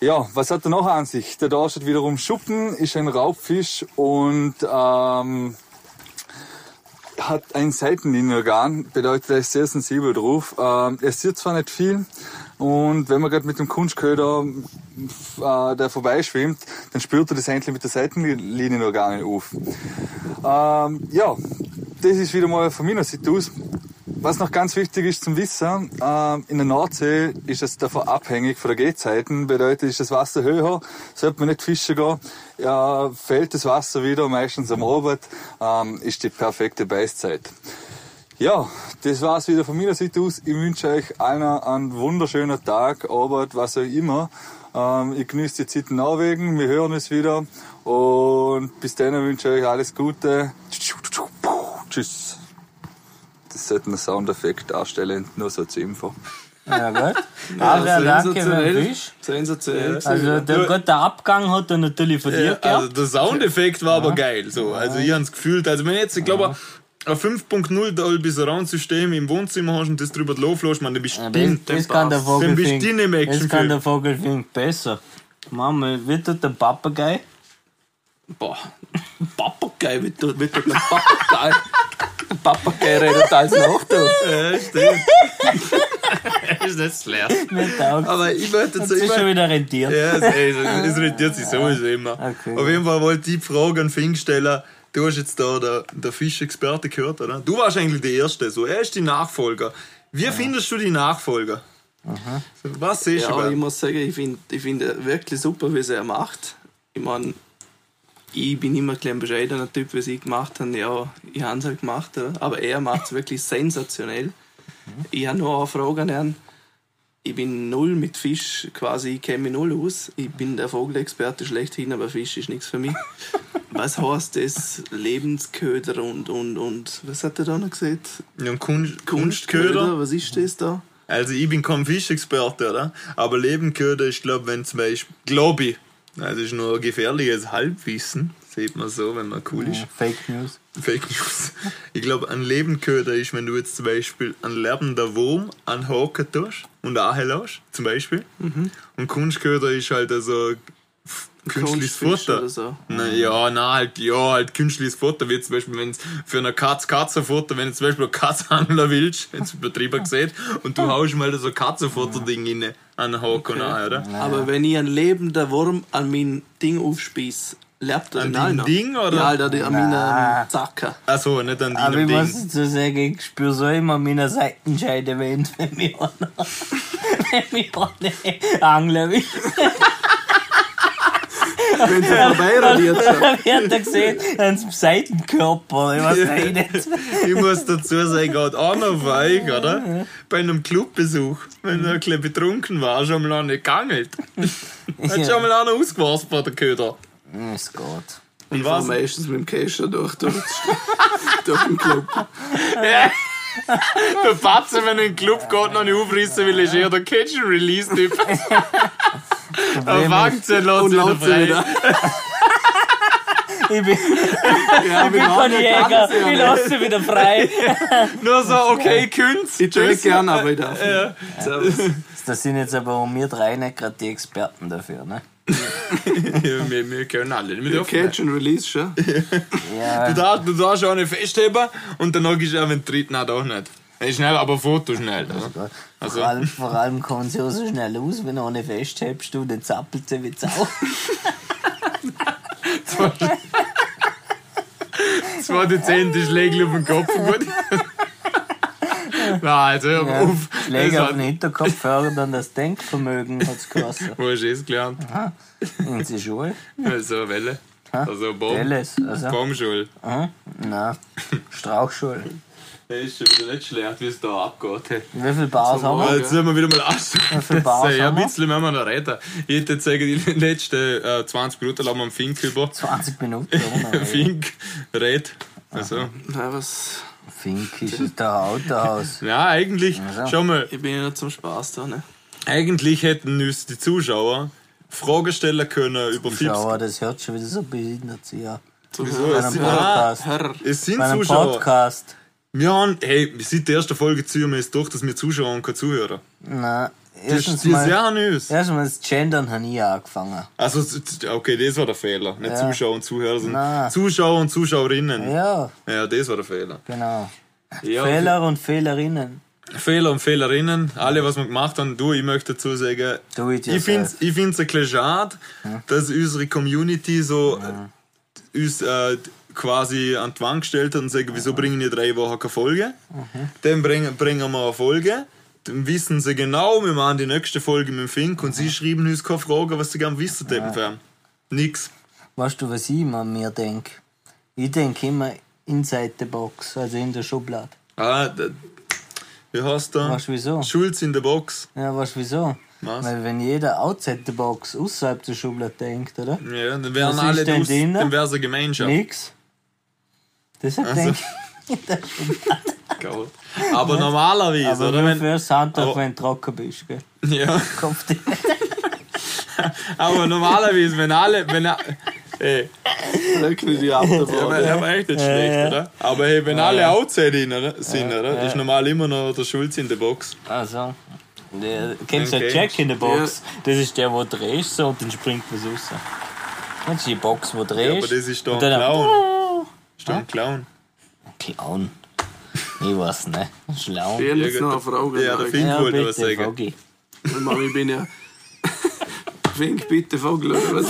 F: Ja, was hat er noch an sich? Der Dorsch hat wiederum Schuppen, ist ein Raubfisch und ähm, hat ein Seitenlinienorgan, bedeutet, er ist sehr sensibel drauf. Ähm, er sieht zwar nicht viel und wenn man gerade mit dem Kunstköder, äh, der vorbeischwimmt, dann spürt er das eigentlich mit der Seitenlinienorgane auf. Ähm, ja, das ist wieder mal von meiner Seite aus. Was noch ganz wichtig ist zum Wissen, ähm, in der Nordsee ist es davon abhängig von der Gehzeiten, bedeutet ist das Wasser höher, sollte man nicht fischen gehen, ja, fällt das Wasser wieder, meistens am Abend, ähm, ist die perfekte Beißzeit. Ja, das war's wieder von meiner Seite aus. Ich wünsche euch allen einen wunderschönen Tag, Arbeit, was auch immer. Ähm, ich genieße die Zeit in Norwegen, wir hören uns wieder und bis dann wünsche ich euch alles Gute. Tschüss. Das sollte einen Soundeffekt darstellen, nur so zur Info.
A: (laughs)
B: Ja, gut. Aber danke, wenn du
E: sensationell.
B: bist.
E: Sensationell.
B: Also, der, gut, der Abgang hat er natürlich von dir
A: Ja,
B: gehabt.
A: also der Soundeffekt war aber geil. So. Also ich habe es gefühlt. Also wenn jetzt, ich glaube, ein 5.0 Dolby Surround System im Wohnzimmer hast und das drüber loslässt, man, dann bist du
B: Das,
A: blind.
B: das kann der
A: Dann bist
B: Vogelfink.
A: du in dem
B: Das kann der
A: Actionfilm.
B: Vogelfink besser. Mama, wie tut der Papagei?
E: Boah, Papagei, wie du, wie du mit Papagei. Papagei redet als noch du.
A: Ja, stimmt. (laughs) ist nicht schlecht.
B: Mir taugt.
A: Aber Also ich möchte
B: Das
A: zu
B: ist
A: immer.
B: schon wieder rentiert.
A: Ja, es, ey, es, es rentiert sich sowieso immer.
B: Okay.
A: Auf jeden Fall wollte ich die Frage an Fink stellen. Du hast jetzt da der, der Fischexperte gehört, oder? Du warst eigentlich der Erste. So. Er ist die Nachfolger. Wie findest du die Nachfolger? So, Was siehst du
E: Ja,
A: bei
E: ich muss sagen, ich finde ich find äh, wirklich super, wie sie er macht. Ich meine, ich bin immer ein klein bescheidener Typ, wie sie gemacht haben. Ja, ich habe es halt gemacht, oder? aber er macht es wirklich sensationell. Ich habe noch eine Frage an ihn. Ich bin null mit Fisch, quasi, ich kenne mich null aus. Ich bin der Vogelexperte schlechthin, aber Fisch ist nichts für mich. Was heißt das? Lebensköder und, und, und, was hat er da noch gesagt?
A: einem Kunst, Kunstköder?
E: Was ist das da?
A: Also, ich bin kein Fischexperte, oder? Aber Lebenköder ist, glaube wenn zum Beispiel, glaube ich, also ist nur ein gefährliches Halbwissen. Sieht man so, wenn man
B: Oh.
A: cool ist.
B: Fake News.
A: Fake News. Ich glaube, ein Lebenköder ist, wenn du jetzt zum Beispiel einen lebenden Wurm anhaken tust und anhältst, zum Beispiel.
E: Mhm.
A: Und Kunstköder ist halt also f- künstliches
E: Kunstfisch
A: Futter.
E: oder so. Mhm.
A: Na, ja, na halt, ja, halt künstliches Futter, wie zum Beispiel, wenn es für eine Katz Katzenfutter, wenn du zum Beispiel eine (laughs) Katze angeln willst, jetzt übertrieben gesehen, und du haust mal so ein Katzenfutter-Ding rein, an den Haken an, oder?
E: Aber wenn ich ein lebender Wurm an mein Ding aufspieß, lebt er
A: An
E: nein,
A: deinem
E: noch.
A: Ding, oder?
E: Ja, Ah, Alter, die- an meinem Zacker.
A: Achso, nicht an
B: Aber ich
A: deinem
B: muss
A: Ding.
B: dazu sagen, ich spüre so immer meine Seitenscheide, wenn (laughs) wenn mich einer, wenn mich einer angeln will.
E: (laughs)
B: (laughs)
E: Wenn sie vorbei radiert (laughs) schon.
B: Dann wird er gesehen, an seinem Seitenkörper. Ich weiß nicht, (laughs) jetzt-
A: Ich muss dazu sagen, gerade auch noch weich, oder? Bei einem Clubbesuch, wenn du ein bisschen betrunken war, schon mal eine gegangelt. Hat schon mal einer ausgewaschen bei der Köder.
B: Oh, Es geht.
A: Und
E: War
A: was?
E: meistens mit dem Kescher durch, durch, (laughs) durch den Club.
A: Der Patze, wenn er in den Club geht, noch nicht aufrissen will, ist eher der Catch-and-Release-Typ.
E: (laughs)
A: Er fängt sie, lässt
E: Und
A: sie wieder
E: laut sie wieder.
A: frei.
B: Ich bin,
E: Ja, genau. ich bin
B: kein Jäger, ich lasse sie wieder frei. (laughs)
A: Nur so, okay, könnt's.
E: Ich check gerne, aber ich darf nicht.
B: Das sind jetzt aber um mir drei nicht gerade die Experten dafür, ne?
A: (laughs) Ja, wir, wir können alle nicht mehr dürfen.
E: Catch and Release (laughs) schon.
A: Du darfst, du darfst auch nicht festheben und danach ist auch wenn tritt, nein, doch nicht. Ey, Schnell, aber Foto schnell. oder? Also,
B: Vor allem, vor allem kann sie auch so schnell aus, wenn du eine festhebst, du, dann zappelt sie wie Sau. (laughs)
A: zwei dezente Schläge auf den Kopf. Gut. Nein, also hör mal auf. Also-
B: Schläge
A: Das
B: auf
A: hat-
B: den Hinterkopf fördern das Denkvermögen, hat es geheißen.
A: Wo hast du das gelernt?
B: In die Schule?
A: Also Welle. Also Baum.
B: Dallas,
A: Oh.
B: also?
A: Baumschule.
B: Aha. Nein, Strauchschule.
A: Das ist schon wieder nicht schlecht, wie es da abgeht. hey.
B: Wie viele Bars haben wir?
A: Jetzt sind wir wieder mal aus.
B: viel Bars
A: (laughs) Ja, ein
B: haben wir?
A: bisschen müssen wir noch reden. Ich hätte jetzt sagen, die letzten äh, 20 Minuten lassen wir am Fink über.
B: 20 Minuten.
A: (laughs)
B: oder?
A: Fink, red. Also,
E: Nein, was?
B: Fink ist es der Autohaus.
A: ja, eigentlich, schau mal,
E: Ich bin ja nur zum Spaß da, ne?
A: eigentlich hätten uns die Zuschauer Fragen stellen können über Fips.
B: Schau, das hört schon wieder so behindert sich an.
A: Wieso?
B: Bei
A: Es
B: einem
A: sind,
B: Podcast.
E: Herr,
A: es sind
B: Bei
A: Ah,
B: einem
A: Zuschauer.
B: Podcast.
A: Wir haben, hey, seit der ersten Folge ziehen wir es durch, dass wir Zuschauer und keine Zuhörer.
B: Nein,
A: Das
B: erstens
A: ist ja
B: mal,
A: auch nichts.
B: erstmal das Gendern habe ich angefangen.
A: Also, z- z- okay, das war der Fehler. Nicht
B: Ja.
A: Zuschauer und Zuhörer, sondern
B: Nein.
A: Zuschauer und Zuschauerinnen. Ja.
B: Ja,
A: das war der Fehler.
B: genau.
A: Ja,
B: Fehler und Fehlerinnen.
A: Fehler und Fehlerinnen, alle, was wir gemacht haben. Du, ich möchte dazu sagen,
B: Do it
A: ich finde es
B: yourself.
A: ich find's ein bisschen schade, dass unsere Community so äh, uns äh, quasi an die Wand gestellt hat und sagt, wieso bringen die drei Wochen keine Folge?
B: Mhm.
A: Dann bringen, bringen wir eine Folge. Dann wissen sie genau, wir machen die nächste Folge mit dem Fink und sie schreiben uns keine Fragen, was sie gerne wissen hätten. Nix.
B: Weißt du, was ich immer an mir denke? Ich denke immer inside the box, also in der Schublade.
A: Ah, d- wie heißt der?
B: Weißt du wieso?
A: Schulz in der Box.
B: Ja, weißt du wieso?
A: Was?
B: Weil wenn jeder outside the box, außerhalb der Schublade denkt, oder?
A: Ja, dann wären
B: Was ist
A: alle
B: denn
A: dus-
B: drin?
A: dann wäre es eine Gemeinschaft.
B: Nix. Deshalb
A: Also,
B: denke ich,
A: Geil. Aber normalerweise,
B: aber
A: oder?
B: nur
A: Wenn,
B: für Sonntag,
A: aber-
B: wenn du trocken bist, gell?
A: (laughs) ja,
B: Kommt die.
A: aber normalerweise, wenn alle. Wenn, a- ey,
E: wirklich die Afterbar.
A: aber er war echt nicht schlecht, oder? Aber hey, wenn alle outside in, oder? sind, oder? Ist normal immer noch der Schulz in der Box.
B: Also. Der, kennst du
A: Okay.
B: den Jack in the Box? Das ist der, wo du drehst so, und dann springt was raus. Das ist die Box, wo du drehst.
A: Ja, aber das ist doch ein
B: und dann-
A: Clown. Ist doch ein Clown.
B: Clown. Ich weiß nicht. Schlau.
E: Ich hab
A: Ja,
E: jetzt noch eine
A: gut.
E: Frage.
A: Ja, der
E: Marek.
A: Fink wollte was
B: bitte,
A: sagen.
B: Foggy.
E: Ich meine, ich bin ja. (laughs) Fink bitte Vogel, oder (laughs) was?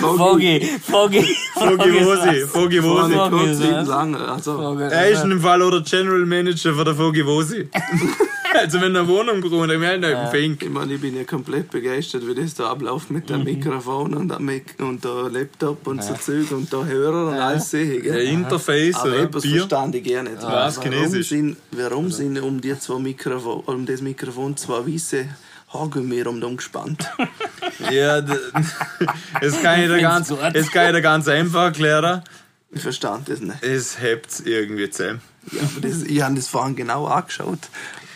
E: Vogel.
B: Foggy, Foggy.
A: Foggy
B: ist
A: Wosi,
B: was.
A: Foggy
E: Vogel.
A: Wosi.
B: Foggy.
E: Gott,
B: ist
E: lieben
B: was.
E: lang. Also,
B: Foggy.
A: Er ist in dem Fall auch der General Manager von der Foggy (laughs) Wosi. also, wenn er eine Wohnung braucht, dann wäre er Fink.
E: ich meine, ich bin ja komplett begeistert, wie das da abläuft mit
A: Mhm.
E: dem Mikrofon und dem Mik und der Laptop und so Zeug und der Hörer und alles sehe.
A: Der
E: Gell?
A: Interface,
E: Aber
A: oder?
E: etwas
A: Bier.
E: verstand ich gar nicht.
A: Was, Chinesisch? Also.
E: Sind, warum sind um, die zwei Mikrofon, um das Mikrofon zwei weiße Hagelmeer um den gespannt? (laughs)
A: Ja, (laughs) d- es kann ich dir ganz,
B: gut.
A: es kann ich dir ganz einfach erklären.
E: Ich verstand das nicht.
A: Es hebt's irgendwie zusammen.
E: Ja, aber das, ich habe das vorhin genau angeschaut.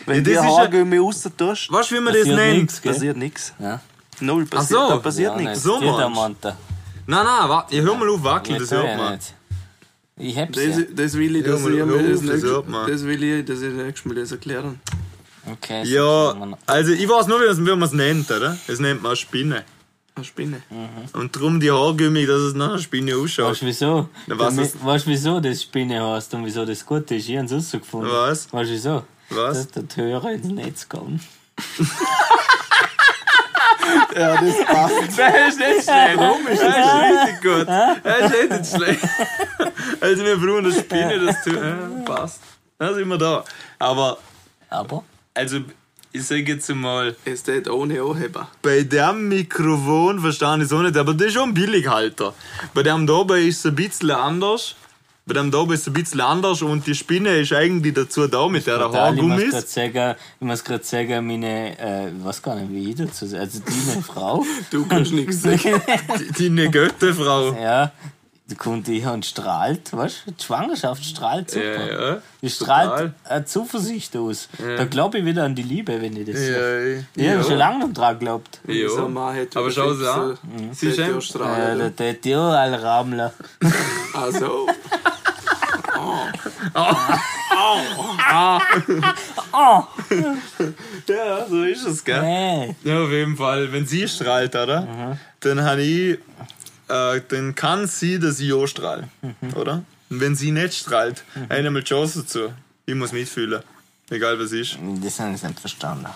E: Wenn
A: Ja,
E: ja,
A: das
E: die
A: ist ja-
E: Hagelmeer raus tust,
A: Weißt du, wie man das
B: Passiert
A: nennt?
B: nichts, gell?
E: passiert nichts.
B: Ja.
E: Null passiert,
A: so.
E: da passiert
B: Ja,
E: nichts.
B: nicht.
A: So,
B: Geht der
A: Mensch.
B: Manta.
A: Nein, nein, warte, ihr hör mal auf wackeln, das
B: Geht
A: hört
B: ja
A: man.
B: nicht. Ich hab's
E: Das,
B: ja.
E: das will ich,
A: Ja,
E: dass
A: mal-
E: ihr
A: ja,
E: mir das,
A: das
E: nächste-
A: hört man.
E: das will ich, dass ihr nächstes Mal das erklären.
B: Okay. so schauen wir
A: Ja,
B: noch.
A: also ich weiß nur, wie das- wie man es nennt, oder? Es nennt man Spinne.
E: Eine Spinne.
A: Und drum die Haargummi, dass es nach einer Spinne
B: Weißt
A: ausschaut.
B: du wieso?
A: Na, was
B: Damit-
A: ist-
B: Weißt du wieso das Spinne heißt und wieso das gut ist? Ich hab's rausgefunden.
A: Was?
B: Weißt du wieso?
A: Was?
B: Dass der Hörer ins Netz kommt.
A: Der ist nicht schlecht. Warum ist das richtig gut? Er ist echt nicht schlecht. (laughs) Also wir brauchen eine Spinne, das zu. Ja, passt. Da sind wir da. Aber,
B: Aber
A: also, ich sage jetzt mal.
E: Es steht ohne Anheber.
A: Bei dem Mikrofon verstehe ich es auch nicht, aber das ist schon billig, Alter. Bei dem da oben ist es ein bisschen anders. Bei dem da oben ist es ein bisschen anders und die Spinne ist eigentlich dazu da mit der
B: Total, ich muss gerade
A: Haargummis.
B: sagen, ich muss gerade sagen, meine, äh, ich weiß gar nicht, wie ich dazu sage, also deine
A: (laughs)
B: Frau,
E: Du kannst nichts sehen.
B: (laughs)
A: Deine Götterfrau.
B: ja, die kommt ich und strahlt, weißt du, die Schwangerschaft strahlt super.
A: Ja, ja.
B: Die strahlt eine Zuversicht aus. Da glaube ich wieder an die Liebe, wenn ich das sehe. Ich habe schon lange noch dran geglaubt.
A: Ja.
E: So ein Mann hätte
A: Aber schau sie an. Mhm. Sie ist ein-
E: ist
B: Äh, der tät ja all Ramler.
E: Also,
A: Ja, so ist es, gell?
B: Hey,
A: Ja, auf jeden Fall. Wenn sie strahlt, oder? Dann habe ich. Äh, dann kann sie das Jo strahlen, oder? Und wenn sie nicht strahlt, einmal die Chance dazu. Ich muss mitfühlen. Egal was ist.
B: das habe ich nicht verstanden.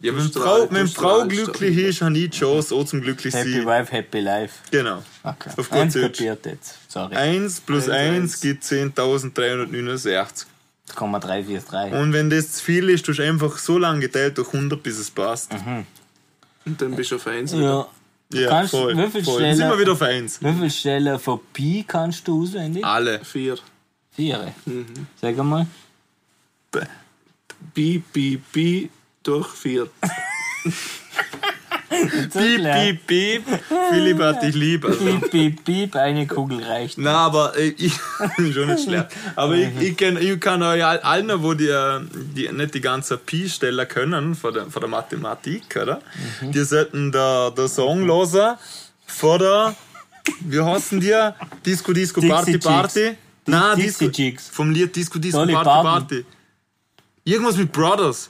A: Ja, wenn
E: Du
A: Frau,
E: strahlst,
A: wenn
E: du
A: Frau
E: strahlst
A: glücklich ist, habe ich die Chance, auch zum glücklich
B: Happy
A: sein.
B: Wife, Happy Life.
A: Genau.
B: Okay.
A: Auf gut
B: Eins
A: Deutsch.
B: kapiert jetzt. Sorry.
A: 1 plus
E: Eins,
A: 1
E: eins.
A: gibt 10.369.
B: 3,343.
A: Und wenn das zu viel ist, tust du einfach so lange geteilt durch 100, bis es passt.
E: Und dann bist du auf eins wieder.
B: Ja.
A: Ja,
B: Kannst-
A: voll.
B: wie viel
A: voll. Dann sind
B: schneller-
A: wir wieder auf eins.
B: Wie viele Stellen von Pi kannst du auswendig?
A: Alle.
E: Vier.
B: Ah. Vier.
A: Mhm.
B: Sag mal.
E: Bi, bi, bi durch
A: (laughs)
E: vier.
A: Piep,
B: Piep,
A: piep, piep. Philipp hat dich lieb, Alter.
B: piep, piep, piep, eine Kugel reicht.
A: Na, aber äh, ich (laughs) schon nicht schlecht. Aber ich, ich, kenn, ich kann euch all- allen, wo die, äh, die nicht die ganze Pi stellen können von der, von der Mathematik, oder?
B: Mhm.
A: Die sollten da der Song hören von der, wie heißen die? Disco Disco
B: Dixie
A: Party
B: Chicks.
A: Party. Nein,
B: Dixie
A: Disco
B: Chicks.
A: Vom Lied Disco Disco
B: Dolly
A: Party
B: Parton.
A: Party. Irgendwas mit Brothers.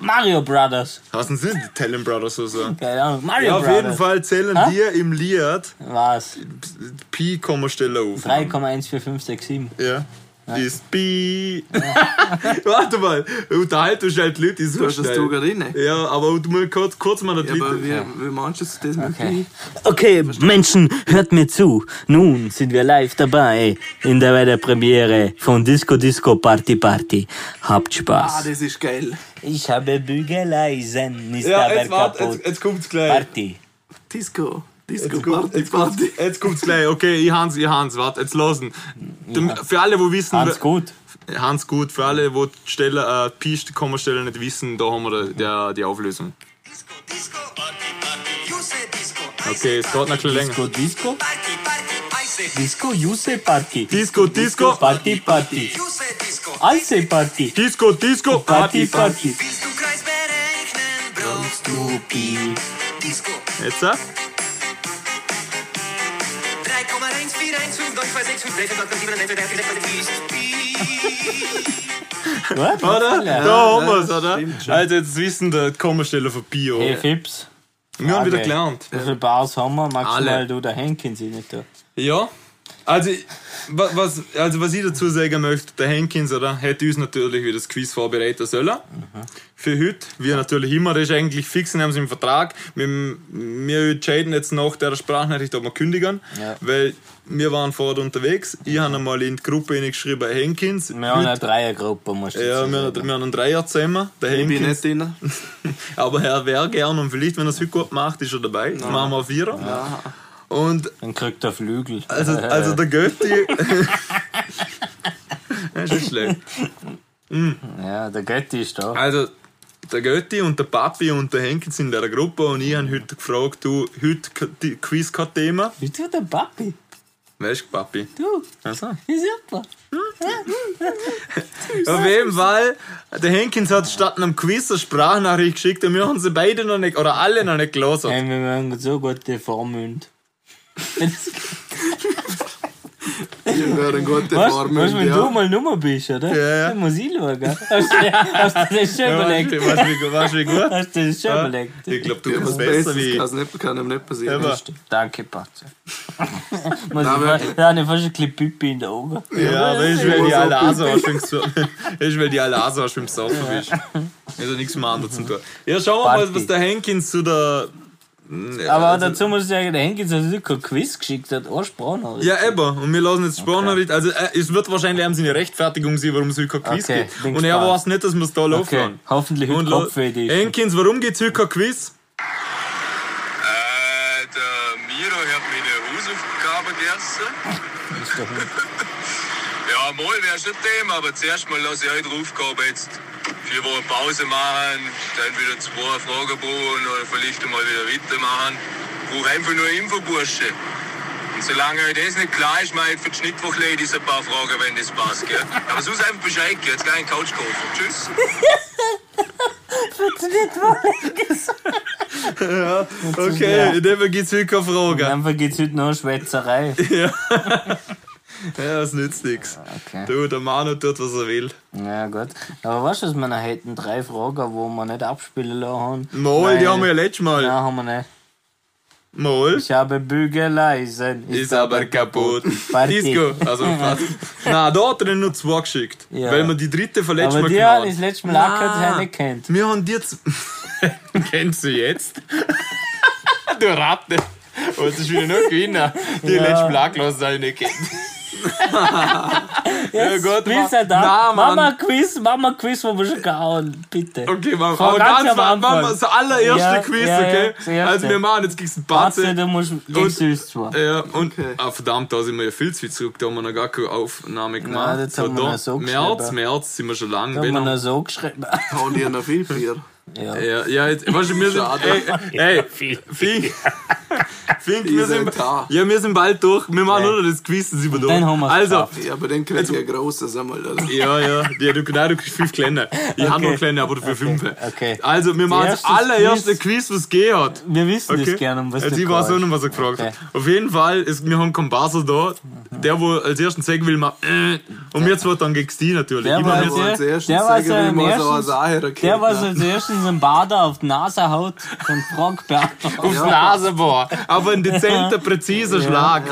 B: Mario Brothers.
A: Heißen sie nicht die Talent Brothers oder so?
B: Keine Ahnung. Mario
A: Ja, auf
B: Brothers.
A: jeden Fall zählen
B: Hä?
A: wir im Lied
B: Was?
A: Pi Komma Stelle auf.
B: 3,14567.
A: Ja. Ist Pi. (laughs) Warte mal, unterhalten ist halt Leute, die so
E: Hast du das
A: schnell.
E: du gerade rein?
A: Ja, aber du musst kurz, kurz mal das
E: Ja, aber
A: Lied.
E: wie, wie meinst du das mit
B: Okay.
E: Pi?
B: Okay, Menschen, hört mir zu. Nun sind wir live dabei in der Weiterpremiere von Disco Disco Party Party. Habt
E: Ah,
B: Spaß.
E: das ist geil.
B: Ich habe Bügeleisen, ist
A: Ja,
B: aber
A: jetzt, wart,
B: kaputt.
A: jetzt, äh, jetzt kommt's gleich.
B: Party.
E: Disco. Disco,
A: Jetzt kommt-
E: Party,
A: jetzt kommt's-
E: Party.
A: Jetzt kommt's gleich, okay, ich Hans, ich Hans, warte, jetzt losen. Für alle, wo wissen,
B: Ganz gut.
A: wer- Hans gut, für alle, wo die Stelle, äh, Pi Kommastelle nicht wissen, da haben wir der, die Auflösung.
G: Disco, disco, party, party. You say disco, I
A: Okay,
G: say
A: es dauert noch ein bisschen länger.
B: Disco Disco?
G: party, party, I say
B: Disco, you say Party.
A: Disco, Disco,
B: Party Party.
G: you say disco.
B: I say Party.
A: Disco, Ah, Disco,
B: Party Party.
G: Willst du Kreis berechnen, brauchst du Disco.
A: Jetzt, äh?
G: 3,141595653789 ist Pi.
B: What?
A: Oder?
B: Ja. ne,
A: da haben wir's, oder? Also, jetzt wissen der Kommastelle von Bio.
B: Hey Fips,
A: Wir haben wieder
B: Frage.
A: gelernt.
B: wie viele Bars haben wir? Maximal
A: Alle.
B: du, der Henkins ist nicht da.
A: Ja. Also, wa- was, also was ich dazu sagen möchte, der Henkins oder, hätte uns natürlich wieder das Quiz vorbereiten sollen.
B: Mhm.
A: Für heute. Wir natürlich immer, das ist eigentlich fix, wir haben es im Vertrag. Wir, wir entscheiden jetzt nach der Sprachnachricht, ob wir kündigen.
B: Ja.
A: Weil wir waren vorher unterwegs. Ich habe einmal in die Gruppe geschrieben, Henkins.
B: Wir haben
A: heute-
B: eine Dreiergruppe, musst du
A: ja,
B: dazu
A: wir,
B: sagen.
A: wir haben einen Dreier zusammen, der
E: Ich bin
A: Henkins.
E: nicht drin.
A: Aber er wäre gern und vielleicht, wenn er es heute gut macht, ist er dabei. Dann machen wir einen Vierer. Und
B: Dann kriegt er Flügel.
A: also, also der Götti.
E: (laughs)
A: (laughs) das ist schlecht.
B: ja, der Götti ist da.
A: Also, der Götti und der Papi und der Henkel sind in der Gruppe und ich habe heute gefragt, du, heute k- die Quiz kein Thema.
B: Bist du der Papi?
A: Weißt du, Papi?
B: Du,
A: Also.
B: wie super.
A: Auf jeden Fall, der Henkins hat statt einem Quiz eine Sprachnachricht geschickt und wir haben sie beide noch nicht, oder alle noch nicht gelesen.
B: Hey, wir machen so gute Vormünd.
E: Wir hören gute
B: Was, was,
E: Warmünd,
B: wenn du
E: ja.
B: mal Nummer bist, oder?
A: Ja, ja.
B: Dann muss ich schauen. Hast du hast du dir das schon
A: Ja, weißt
B: überlegt?
A: du, weißt du, wie- weißt du, wie gut?
B: Hast du das schon
A: Ja.
B: überlegt?
A: Ich glaube, du
E: Ja,
A: kannst
E: Was
A: besser wie
E: Besseres
A: ich.
E: kann's nicht- kann einem nicht passieren.
A: Aber- (laughs)
B: Danke, Patze. Muss
E: Nein,
B: ich
E: wirklich.
B: fa- da habe ich fast ein bisschen Pipi in den Augen.
A: Ja, aber ich will die alle Asawaschwimms (laughs) Ich will die alle Asawaschwimms saufen
B: (laughs)
A: bist. Also nichts mehr anderes zu tun. Ja, schauen wir mal,
B: Party.
A: was der Henkins zu der.
B: Aber
A: also-
B: dazu muss ich sagen, der Henkins hat uns kein Quiz geschickt, der hat auch Sprache.
A: Ja, eben. Und wir lassen jetzt Spornachricht. Also, äh, es wird wahrscheinlich haben sie eine Rechtfertigung sein, warum es heute kein Quiz
B: Okay, bin
A: gibt. Und er
B: gespannt.
A: weiß nicht, dass wir es da laufen.
B: Okay,
A: lassen.
B: hoffentlich
A: Und
B: heute
A: lo-
B: Kopfweh. die ist-
A: Henkins, warum gibt es heute kein Quiz?
H: Äh, der Miro hat mir eine Hausaufgabe gegessen. ja, mal wäre schon ein Thema, aber zuerst mal lasse ich heute die Aufgabe jetzt vier Wochen Pause machen, dann wieder zwei Fragen bauen oder vielleicht mal wieder weitermachen. Brauche einfach nur Infobursche. Und solange euch das nicht klar ist, mache ich für die Schnittwochladies ein paar Fragen, wenn das passt, gell? Aber sonst einfach Bescheid, gell? Jetzt gleich einen Couch kaufen. Tschüss.
A: Okay, in dem Fall gibt es heute keine Frage.
B: Einfach geht's heute
A: (laughs)
B: noch Schwätzerei.
A: Ja, das nützt nichts.
B: Okay.
A: Du, der Manu tut, was er will.
B: Ja, gut. Aber weißt du, was wir noch hätten? Drei Fragen, wo wir nicht abspielen lassen. haben.
A: Mal, die
B: Weil-
A: haben wir ja letztes
B: Nein,
A: Mal.
B: haben wir nicht.
A: Mal.
B: Ich habe Bügeleisen.
A: Ist aber kaputt.
B: Party.
A: Disco. Also fast. Nein, da hat er nur zwei geschickt.
B: Ja.
A: Weil wir die dritte verletzt
B: Aber
A: Mal
B: die
A: genommen
B: haben
A: haben.
B: das letzte Mal auch gehört, die haben nicht kennt.
A: Wir haben dir z- (laughs) Kennst du jetzt? du Ratte. Wolltest du wieder nur gewinnen? Die
B: Ja.
A: (laughs) letzte Blacklasse habe ich nicht kennt. Ja, gut,
B: Willst
A: ma-
B: du da?
A: Na, Mann.
B: Mama Quiz, Mama Quiz, wo wir schon gehauen, bitte.
A: Okay, machen wir.
B: Frau
A: Aber
B: ganz
A: ganz
B: am
A: machen
B: Anfang.
A: wir das allererste
B: Ja,
A: Quiz,
B: ja, ja,
A: okay?
B: das erste.
A: also wir machen, jetzt kriegst du ein
B: Warte,
A: Batze.
B: du musst gegen süß zwar.
A: Ja, und ah, verdammt, da sind wir ja viel zu weit zurück, da haben wir noch gar keine Aufnahme gemacht.
B: das haben wir
A: Verdammt,
B: noch so
A: März,
B: geschrieben.
A: März sind wir schon lange.
B: Da haben
A: Wenn
B: wir
A: noch- Äh,
B: noch so geschrieben. (laughs)
E: Hau dir noch viel Bier.
B: Ja.
A: Ja, ja, jetzt, weißt du, wir sind, ey, ey, Fink, (laughs) Fink, wir
E: Diese
A: sind,
B: halt
E: Tar.
A: ja, wir sind bald durch, wir machen nur noch das Quiz, das sind wir durch.
B: dann haben wir's
A: Also,
E: Ja, aber dann krieg ich ein grosses einmal. oder?
A: ja, ja, ja, du, nein, du kriegst fünf kleine. Ich habe noch kleine, aber dafür fünf.
B: okay.
A: Also, wir machen das
B: Erstes
A: allererste Quiz, was es gegeben hat.
B: Wir wissen
A: Okay.
B: das gerne, um was
A: also
B: du
A: ich weiß auch
B: gehst.
A: nicht, was er gefragt
B: Okay.
A: hat. Auf jeden Fall, ist, wir haben Komparser da, der, wo als ersten sagen will, macht, äh, und wir zwei dann gegen die natürlich.
B: Der
A: Immer
B: war
A: mit-
B: als
E: als
B: er-
E: erstes
B: der war als
E: sagen,
B: er
E: wie
B: am
E: man so
B: ersten-
E: als Eier erkennt,
B: der, was
E: ne?
B: als erstes einen Bader auf die Nase haut, von Frank Berger.
A: aufs Nasenbohr, aber ein dezenter,
B: (laughs)
A: präziser Schlag.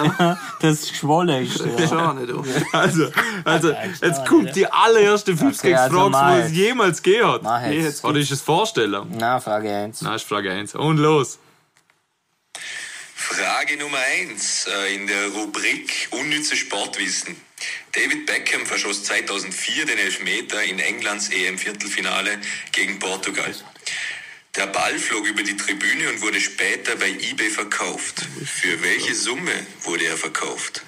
B: Das Geschwolle ist. Ja.
E: Schau nicht auf.
A: Also, also jetzt kommt die allererste Fipskeks-Frage,
B: also mach
A: wo es
B: jetzt.
A: jemals gegeben hat.
B: Mach jetzt. Mhm.
A: Oder ist es Vorstellung?
B: Na, Frage 1.
A: Nein, ist Frage 1. Und los.
H: Frage Nummer 1 in der Rubrik Unnütze Sportwissen. David Beckham verschoss 2004 den Elfmeter in Englands EM-Viertelfinale gegen Portugal. Der Ball flog über die Tribüne und wurde später bei eBay verkauft. Für welche Summe wurde er verkauft?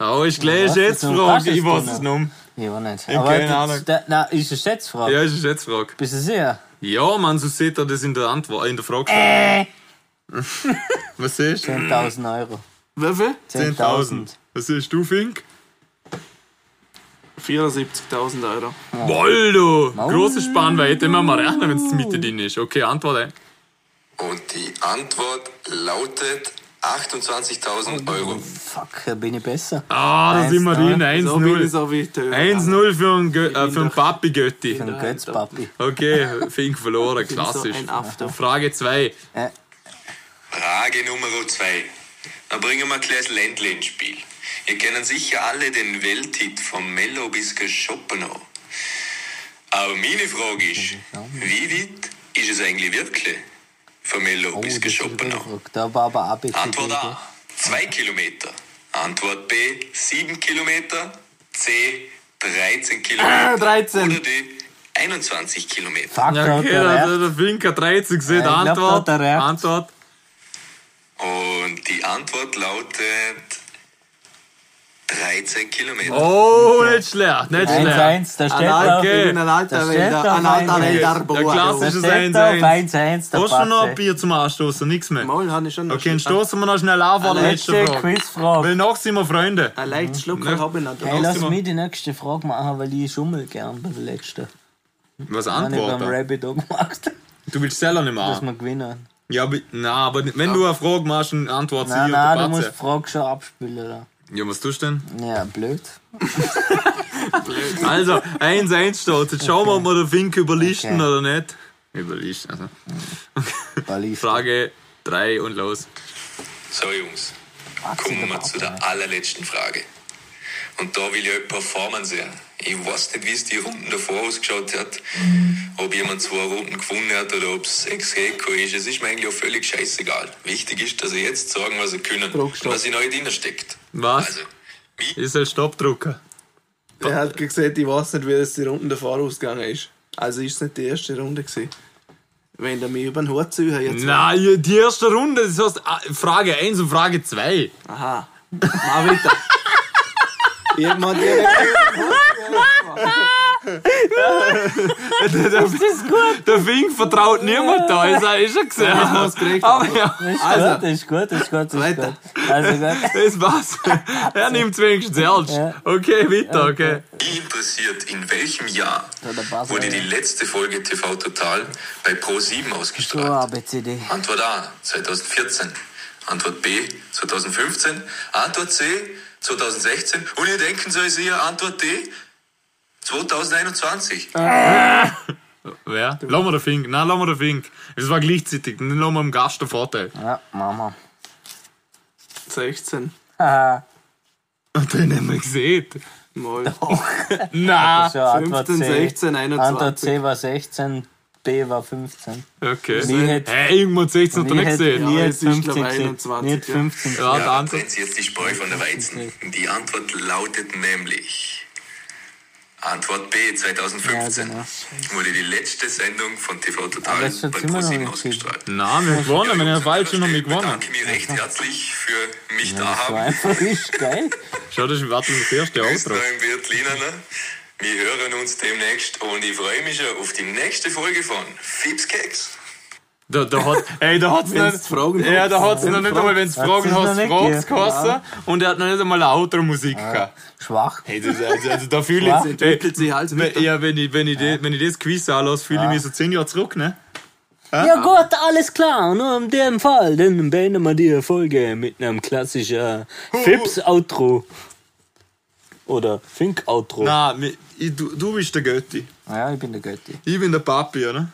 A: Oh, ich gleich
B: Was
A: jetzt
B: ist denn- was
A: Frage.
B: ist
A: Ich weiß
B: denn?
A: es nicht.
B: Ich weiß nicht.
A: hab keine Ahnung.
B: Da, na, ist eine Schätzfrage.
A: Ja, ist eine Schätzfrage.
B: Bist du sicher?
A: Ja, Mann, so seht ihr das in der Antwort, in der Frage.
B: Äh.
A: (laughs) Was ist?
B: 10.000 Euro.
E: Wie viel?
A: 10.000. Was ist du, Fink?
E: 74.000 Euro.
A: Waldo! Große Spannweite, immer mal rechnen, wenn es Mitte drin ist. Okay, Antwort ein.
H: Und die Antwort lautet 28.000 Euro.
B: Fuck, da bin ich besser.
A: Ah, da
B: Eins,
A: sind wir
B: drei.
A: drin.
E: So bin ich
A: 1-0.
E: so wie der.
A: 1-0 für den Gö- äh, für den Papi Götti.
B: Ein Götzpapi.
A: Okay, Fink
B: (laughs)
A: verloren, klassisch.
E: So ein After.
A: Frage 2.
B: Oh,
H: Frage Nummer 2. Dann bringen wir Klaas Ländle ins Spiel. Ihr kennen sicher alle den Welthit vom Mello bis Schopenhauer. Aber meine Frage
B: Mhm,
H: ist, wie weit ist es eigentlich wirklich von Mello
B: Oh, das
H: bis
B: ist eine gute
H: Schopenhauer?
B: Frage. Da war aber auch bitte.
H: Antwort A, 2 Kilometer. Antwort B, 7 Kilometer. C, 13
B: (laughs)
H: Kilometer.
E: Ah, 13.
H: Oder D, 21 Kilometer.
B: Fuck, da hat
A: Okay, also
B: er
A: der,
B: recht.
A: der, der Fink hat 13 gesehen.
B: Ja, ich glaub, da
A: Antwort.
B: hat er recht.
A: Antwort.
H: Und die Antwort lautet 13 Kilometer.
A: Oh, nicht schlecht, nicht schlecht.
B: 1-1, da steht
E: Alter,
B: da.
A: Okay.
E: ich bin ein alter
B: Das steht
E: Wälder,
B: da
E: ein
B: rein,
E: alter
B: ja.
A: Der
E: Wälderboer.
B: Da
A: klassische
B: steht da auf
A: 1-1.
B: 1-1, der
A: Hast du noch ein
B: Patze.
A: Bier zum Anstoßen? Nichts mehr.
E: Maul habe ich schon noch.
A: Okay, dann stoßen wir noch schnell auf an der letzten
B: Letzte
A: Frage.
B: Quizfrage.
A: Weil noch sind wir Freunde.
E: Ein leichtes Schlucken habe ich
B: Hey,
E: noch.
B: lass
A: immer-
B: mich die nächste Frage machen, weil ich schummel gern bei der letzten.
A: Was
B: Wenn ich beim
A: antworten?
B: Rabbit auch gemacht (laughs)
A: Du willst selber nicht mehr
E: Ah.
B: dass
A: an.
B: wir gewinnen.
A: Ja, aber, na, aber wenn du eine Frage machst, dann antwortet sie
B: Nein,
A: dir auf
B: nein,
A: der
B: du musst die
A: Batze.
B: Frage schon abspielen. Da.
A: Ja, was tust du denn?
B: Ja, blöd.
A: (laughs) Also, 1-1 steht. Jetzt schauen wir, ob wir den Fink überlisten
B: Okay.
A: oder nicht. Überlisten, also.
B: Balli.
A: Frage 3 und los.
H: So Jungs,
B: Ah,
H: kommen wir zu der allerletzten Frage. Und da will ich euch performen sehen. Ich weiß nicht, wie es die Runden davor ausgeschaut hat. Ob jemand zwei Runden gewonnen hat oder ob es sechs Rekord ist. Es ist mir eigentlich auch völlig scheißegal. Wichtig ist, dass ihr jetzt sagen, was ihr können und was in euch drin steckt.
A: Was?
H: Also, wie
A: Ist ein Stoppdrucker.
E: Er hat gesagt, ich weiß nicht, wie das die Runden davor ausgegangen ist. Also ist es nicht die erste Runde gewesen. Wenn der mir über den Hut zuhört jetzt.
A: Nein, die erste Runde, das heißt ah, Frage 1 und Frage 2.
E: Aha. Mach
B: (laughs)
E: weiter. Ich hab mal direkt.
A: Der Fink vertraut niemand da, ist er ist schon gesehen.
E: was gekriegt.
A: Aber ja,
B: Das ist
E: Also.
B: gut, das ist gut, das ist gut, das ist
E: Weiter.
B: gut. Also gut.
A: das war's. Er nimmt wenigstens ernst.
B: Ja.
A: Okay, weiter, okay.
H: Mich interessiert, in welchem Jahr
B: der Buzzer,
H: wurde die
B: ja.
H: letzte Folge TV Total bei Pro7
B: So,
H: ausgestrahlt?
B: ABCD.
H: Antwort A 2014. Antwort B 2015. Antwort C 2016. Und ihr denken soll ich ihr Antwort D 2021.
A: Wer? Lass mal den Fink. Nein, lass mal den Fink. Es war gleichzeitig. Dann lassen wir dem Gast den Vorteil.
B: Ja, Mama.
E: 16. Ah,
B: Haha.
A: Und den haben wir gesehen.
E: Mal.
A: (laughs) Nein.
B: So, Antwort
E: 15,
B: C.
E: 16,
B: Antwort
E: 21.
B: C war 16, B war 15.
A: Okay.
B: Nie hätt-
A: Hey, irgendwo 16
B: Nie
A: drin gesehen.
B: nie
E: Ja,
B: hätt
E: jetzt ist
B: 15
E: glaub ich
B: gesehen.
E: 21,
B: Nie hätt
E: ja.
B: 15
A: Ja, der andere.
H: Differenziert die Spreu von der Weizen. Die Antwort lautet nämlich. Antwort B 2015
B: Ja, genau.
H: wurde die letzte Sendung von TV
B: Aber
H: Total
B: es hat
H: bei
B: immer noch
H: ProSieben
B: nicht gesehen.
H: ausgestrahlt.
A: Nein, wir haben gewonnen, wenn er
H: Jungs,
A: falsch
H: an
A: und haben
H: dieser
A: wir
H: Stelle
A: gewonnen.
H: bedanke ich mich recht herzlich für mich da
B: So
H: haben.
B: einfach ist geil.
A: Schau, das ist warte, das erste
H: Grüß
A: Outro.
H: euch, Wirt Linener. Wir hören uns demnächst und ich freue mich schon auf die nächste Folge von Fips Keks.
A: Da, da hat, ey, da hat's
E: Wenn's
A: noch,
E: Fragen
A: ja, da hat's noch nicht einmal, wenn
B: Hat's
A: Fragen
B: es noch
A: hast,
B: nicht
A: fragst,
B: gegeben.
A: ja. und er hat noch nicht einmal eine Outro-Musik gehabt.
B: Schwach.
A: Hey, das, also, also da fühle
B: Ja.
A: ich, ey,
E: Entwickelt sich alles
A: wenn,
E: weiter.
A: ja, wenn ich, wenn ich, de- wenn ich das Quiz anlasse, fühle ich mich so zehn Jahre zurück, ne?
B: Ja gut, alles klar. Nur in dem Fall, dann beenden wir die Folge mit einem klassischen Fips-Outro. Oder Fink-Outro.
A: Nein, mi- ich, du, du bist der Götti.
B: Ja, ich bin der Götti.
A: Ich bin der Papi, oder?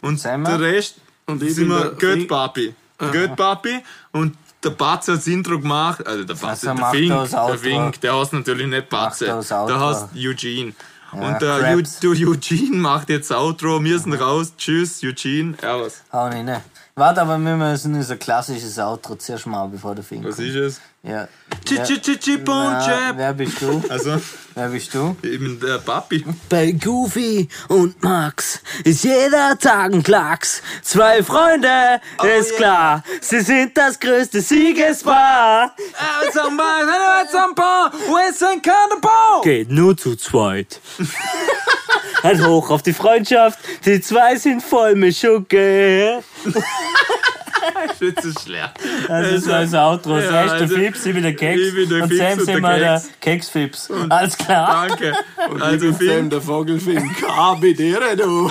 A: Und
B: Sind wir?
A: der Rest
E: Und ich
A: sind
E: bin
A: wir
E: der
A: Göttpapi. Göttpapi und der Batze hat das Intro gemacht, also der Batze,
B: Also
A: der
B: macht er
A: Fink,
B: das
A: der
B: Outro.
A: Fink, der heißt natürlich nicht Batze,
B: er das Outro.
A: der heißt Eugene. und der,
B: crap.
A: Ju, der Eugene macht jetzt das Outro, wir sind raus, tschüss Eugene, ja was,
B: Hau nicht, ne? Warte, aber wir müssen unser klassisches Outro zuerst mal, bevor der Fink
A: was
B: kommt.
A: ist es?
B: Ja.
A: Chi chi chi chi boom,
B: Na,
A: chap.
B: wer bist du?
A: Also,
B: Wer bist du?
A: ich bin der Papi. (laughs)
B: Bei Goofy und Max ist jeder Tag ein Klacks. Zwei Freunde,
A: Oh
B: ist klar. Sie sind das größte Siegespaar. Geht nur
A: (laughs)
B: zu zweit. Ein Hoch auf die Freundschaft. Die zwei sind voll mit Schucke.
A: Das ist schlecht.
B: Das ist unser Outro.
A: ja,
B: Ja, Erst
A: also,
B: der Fips, ich bin der Keks.
A: ich bin der
B: und
A: Fips
B: Sam
A: und der
B: sind wir der
A: Keks.
B: Keksfips. Alles klar.
A: Danke. Also,
E: Dem
A: Fink,
E: der Vogelfink. Ah, bitte, du.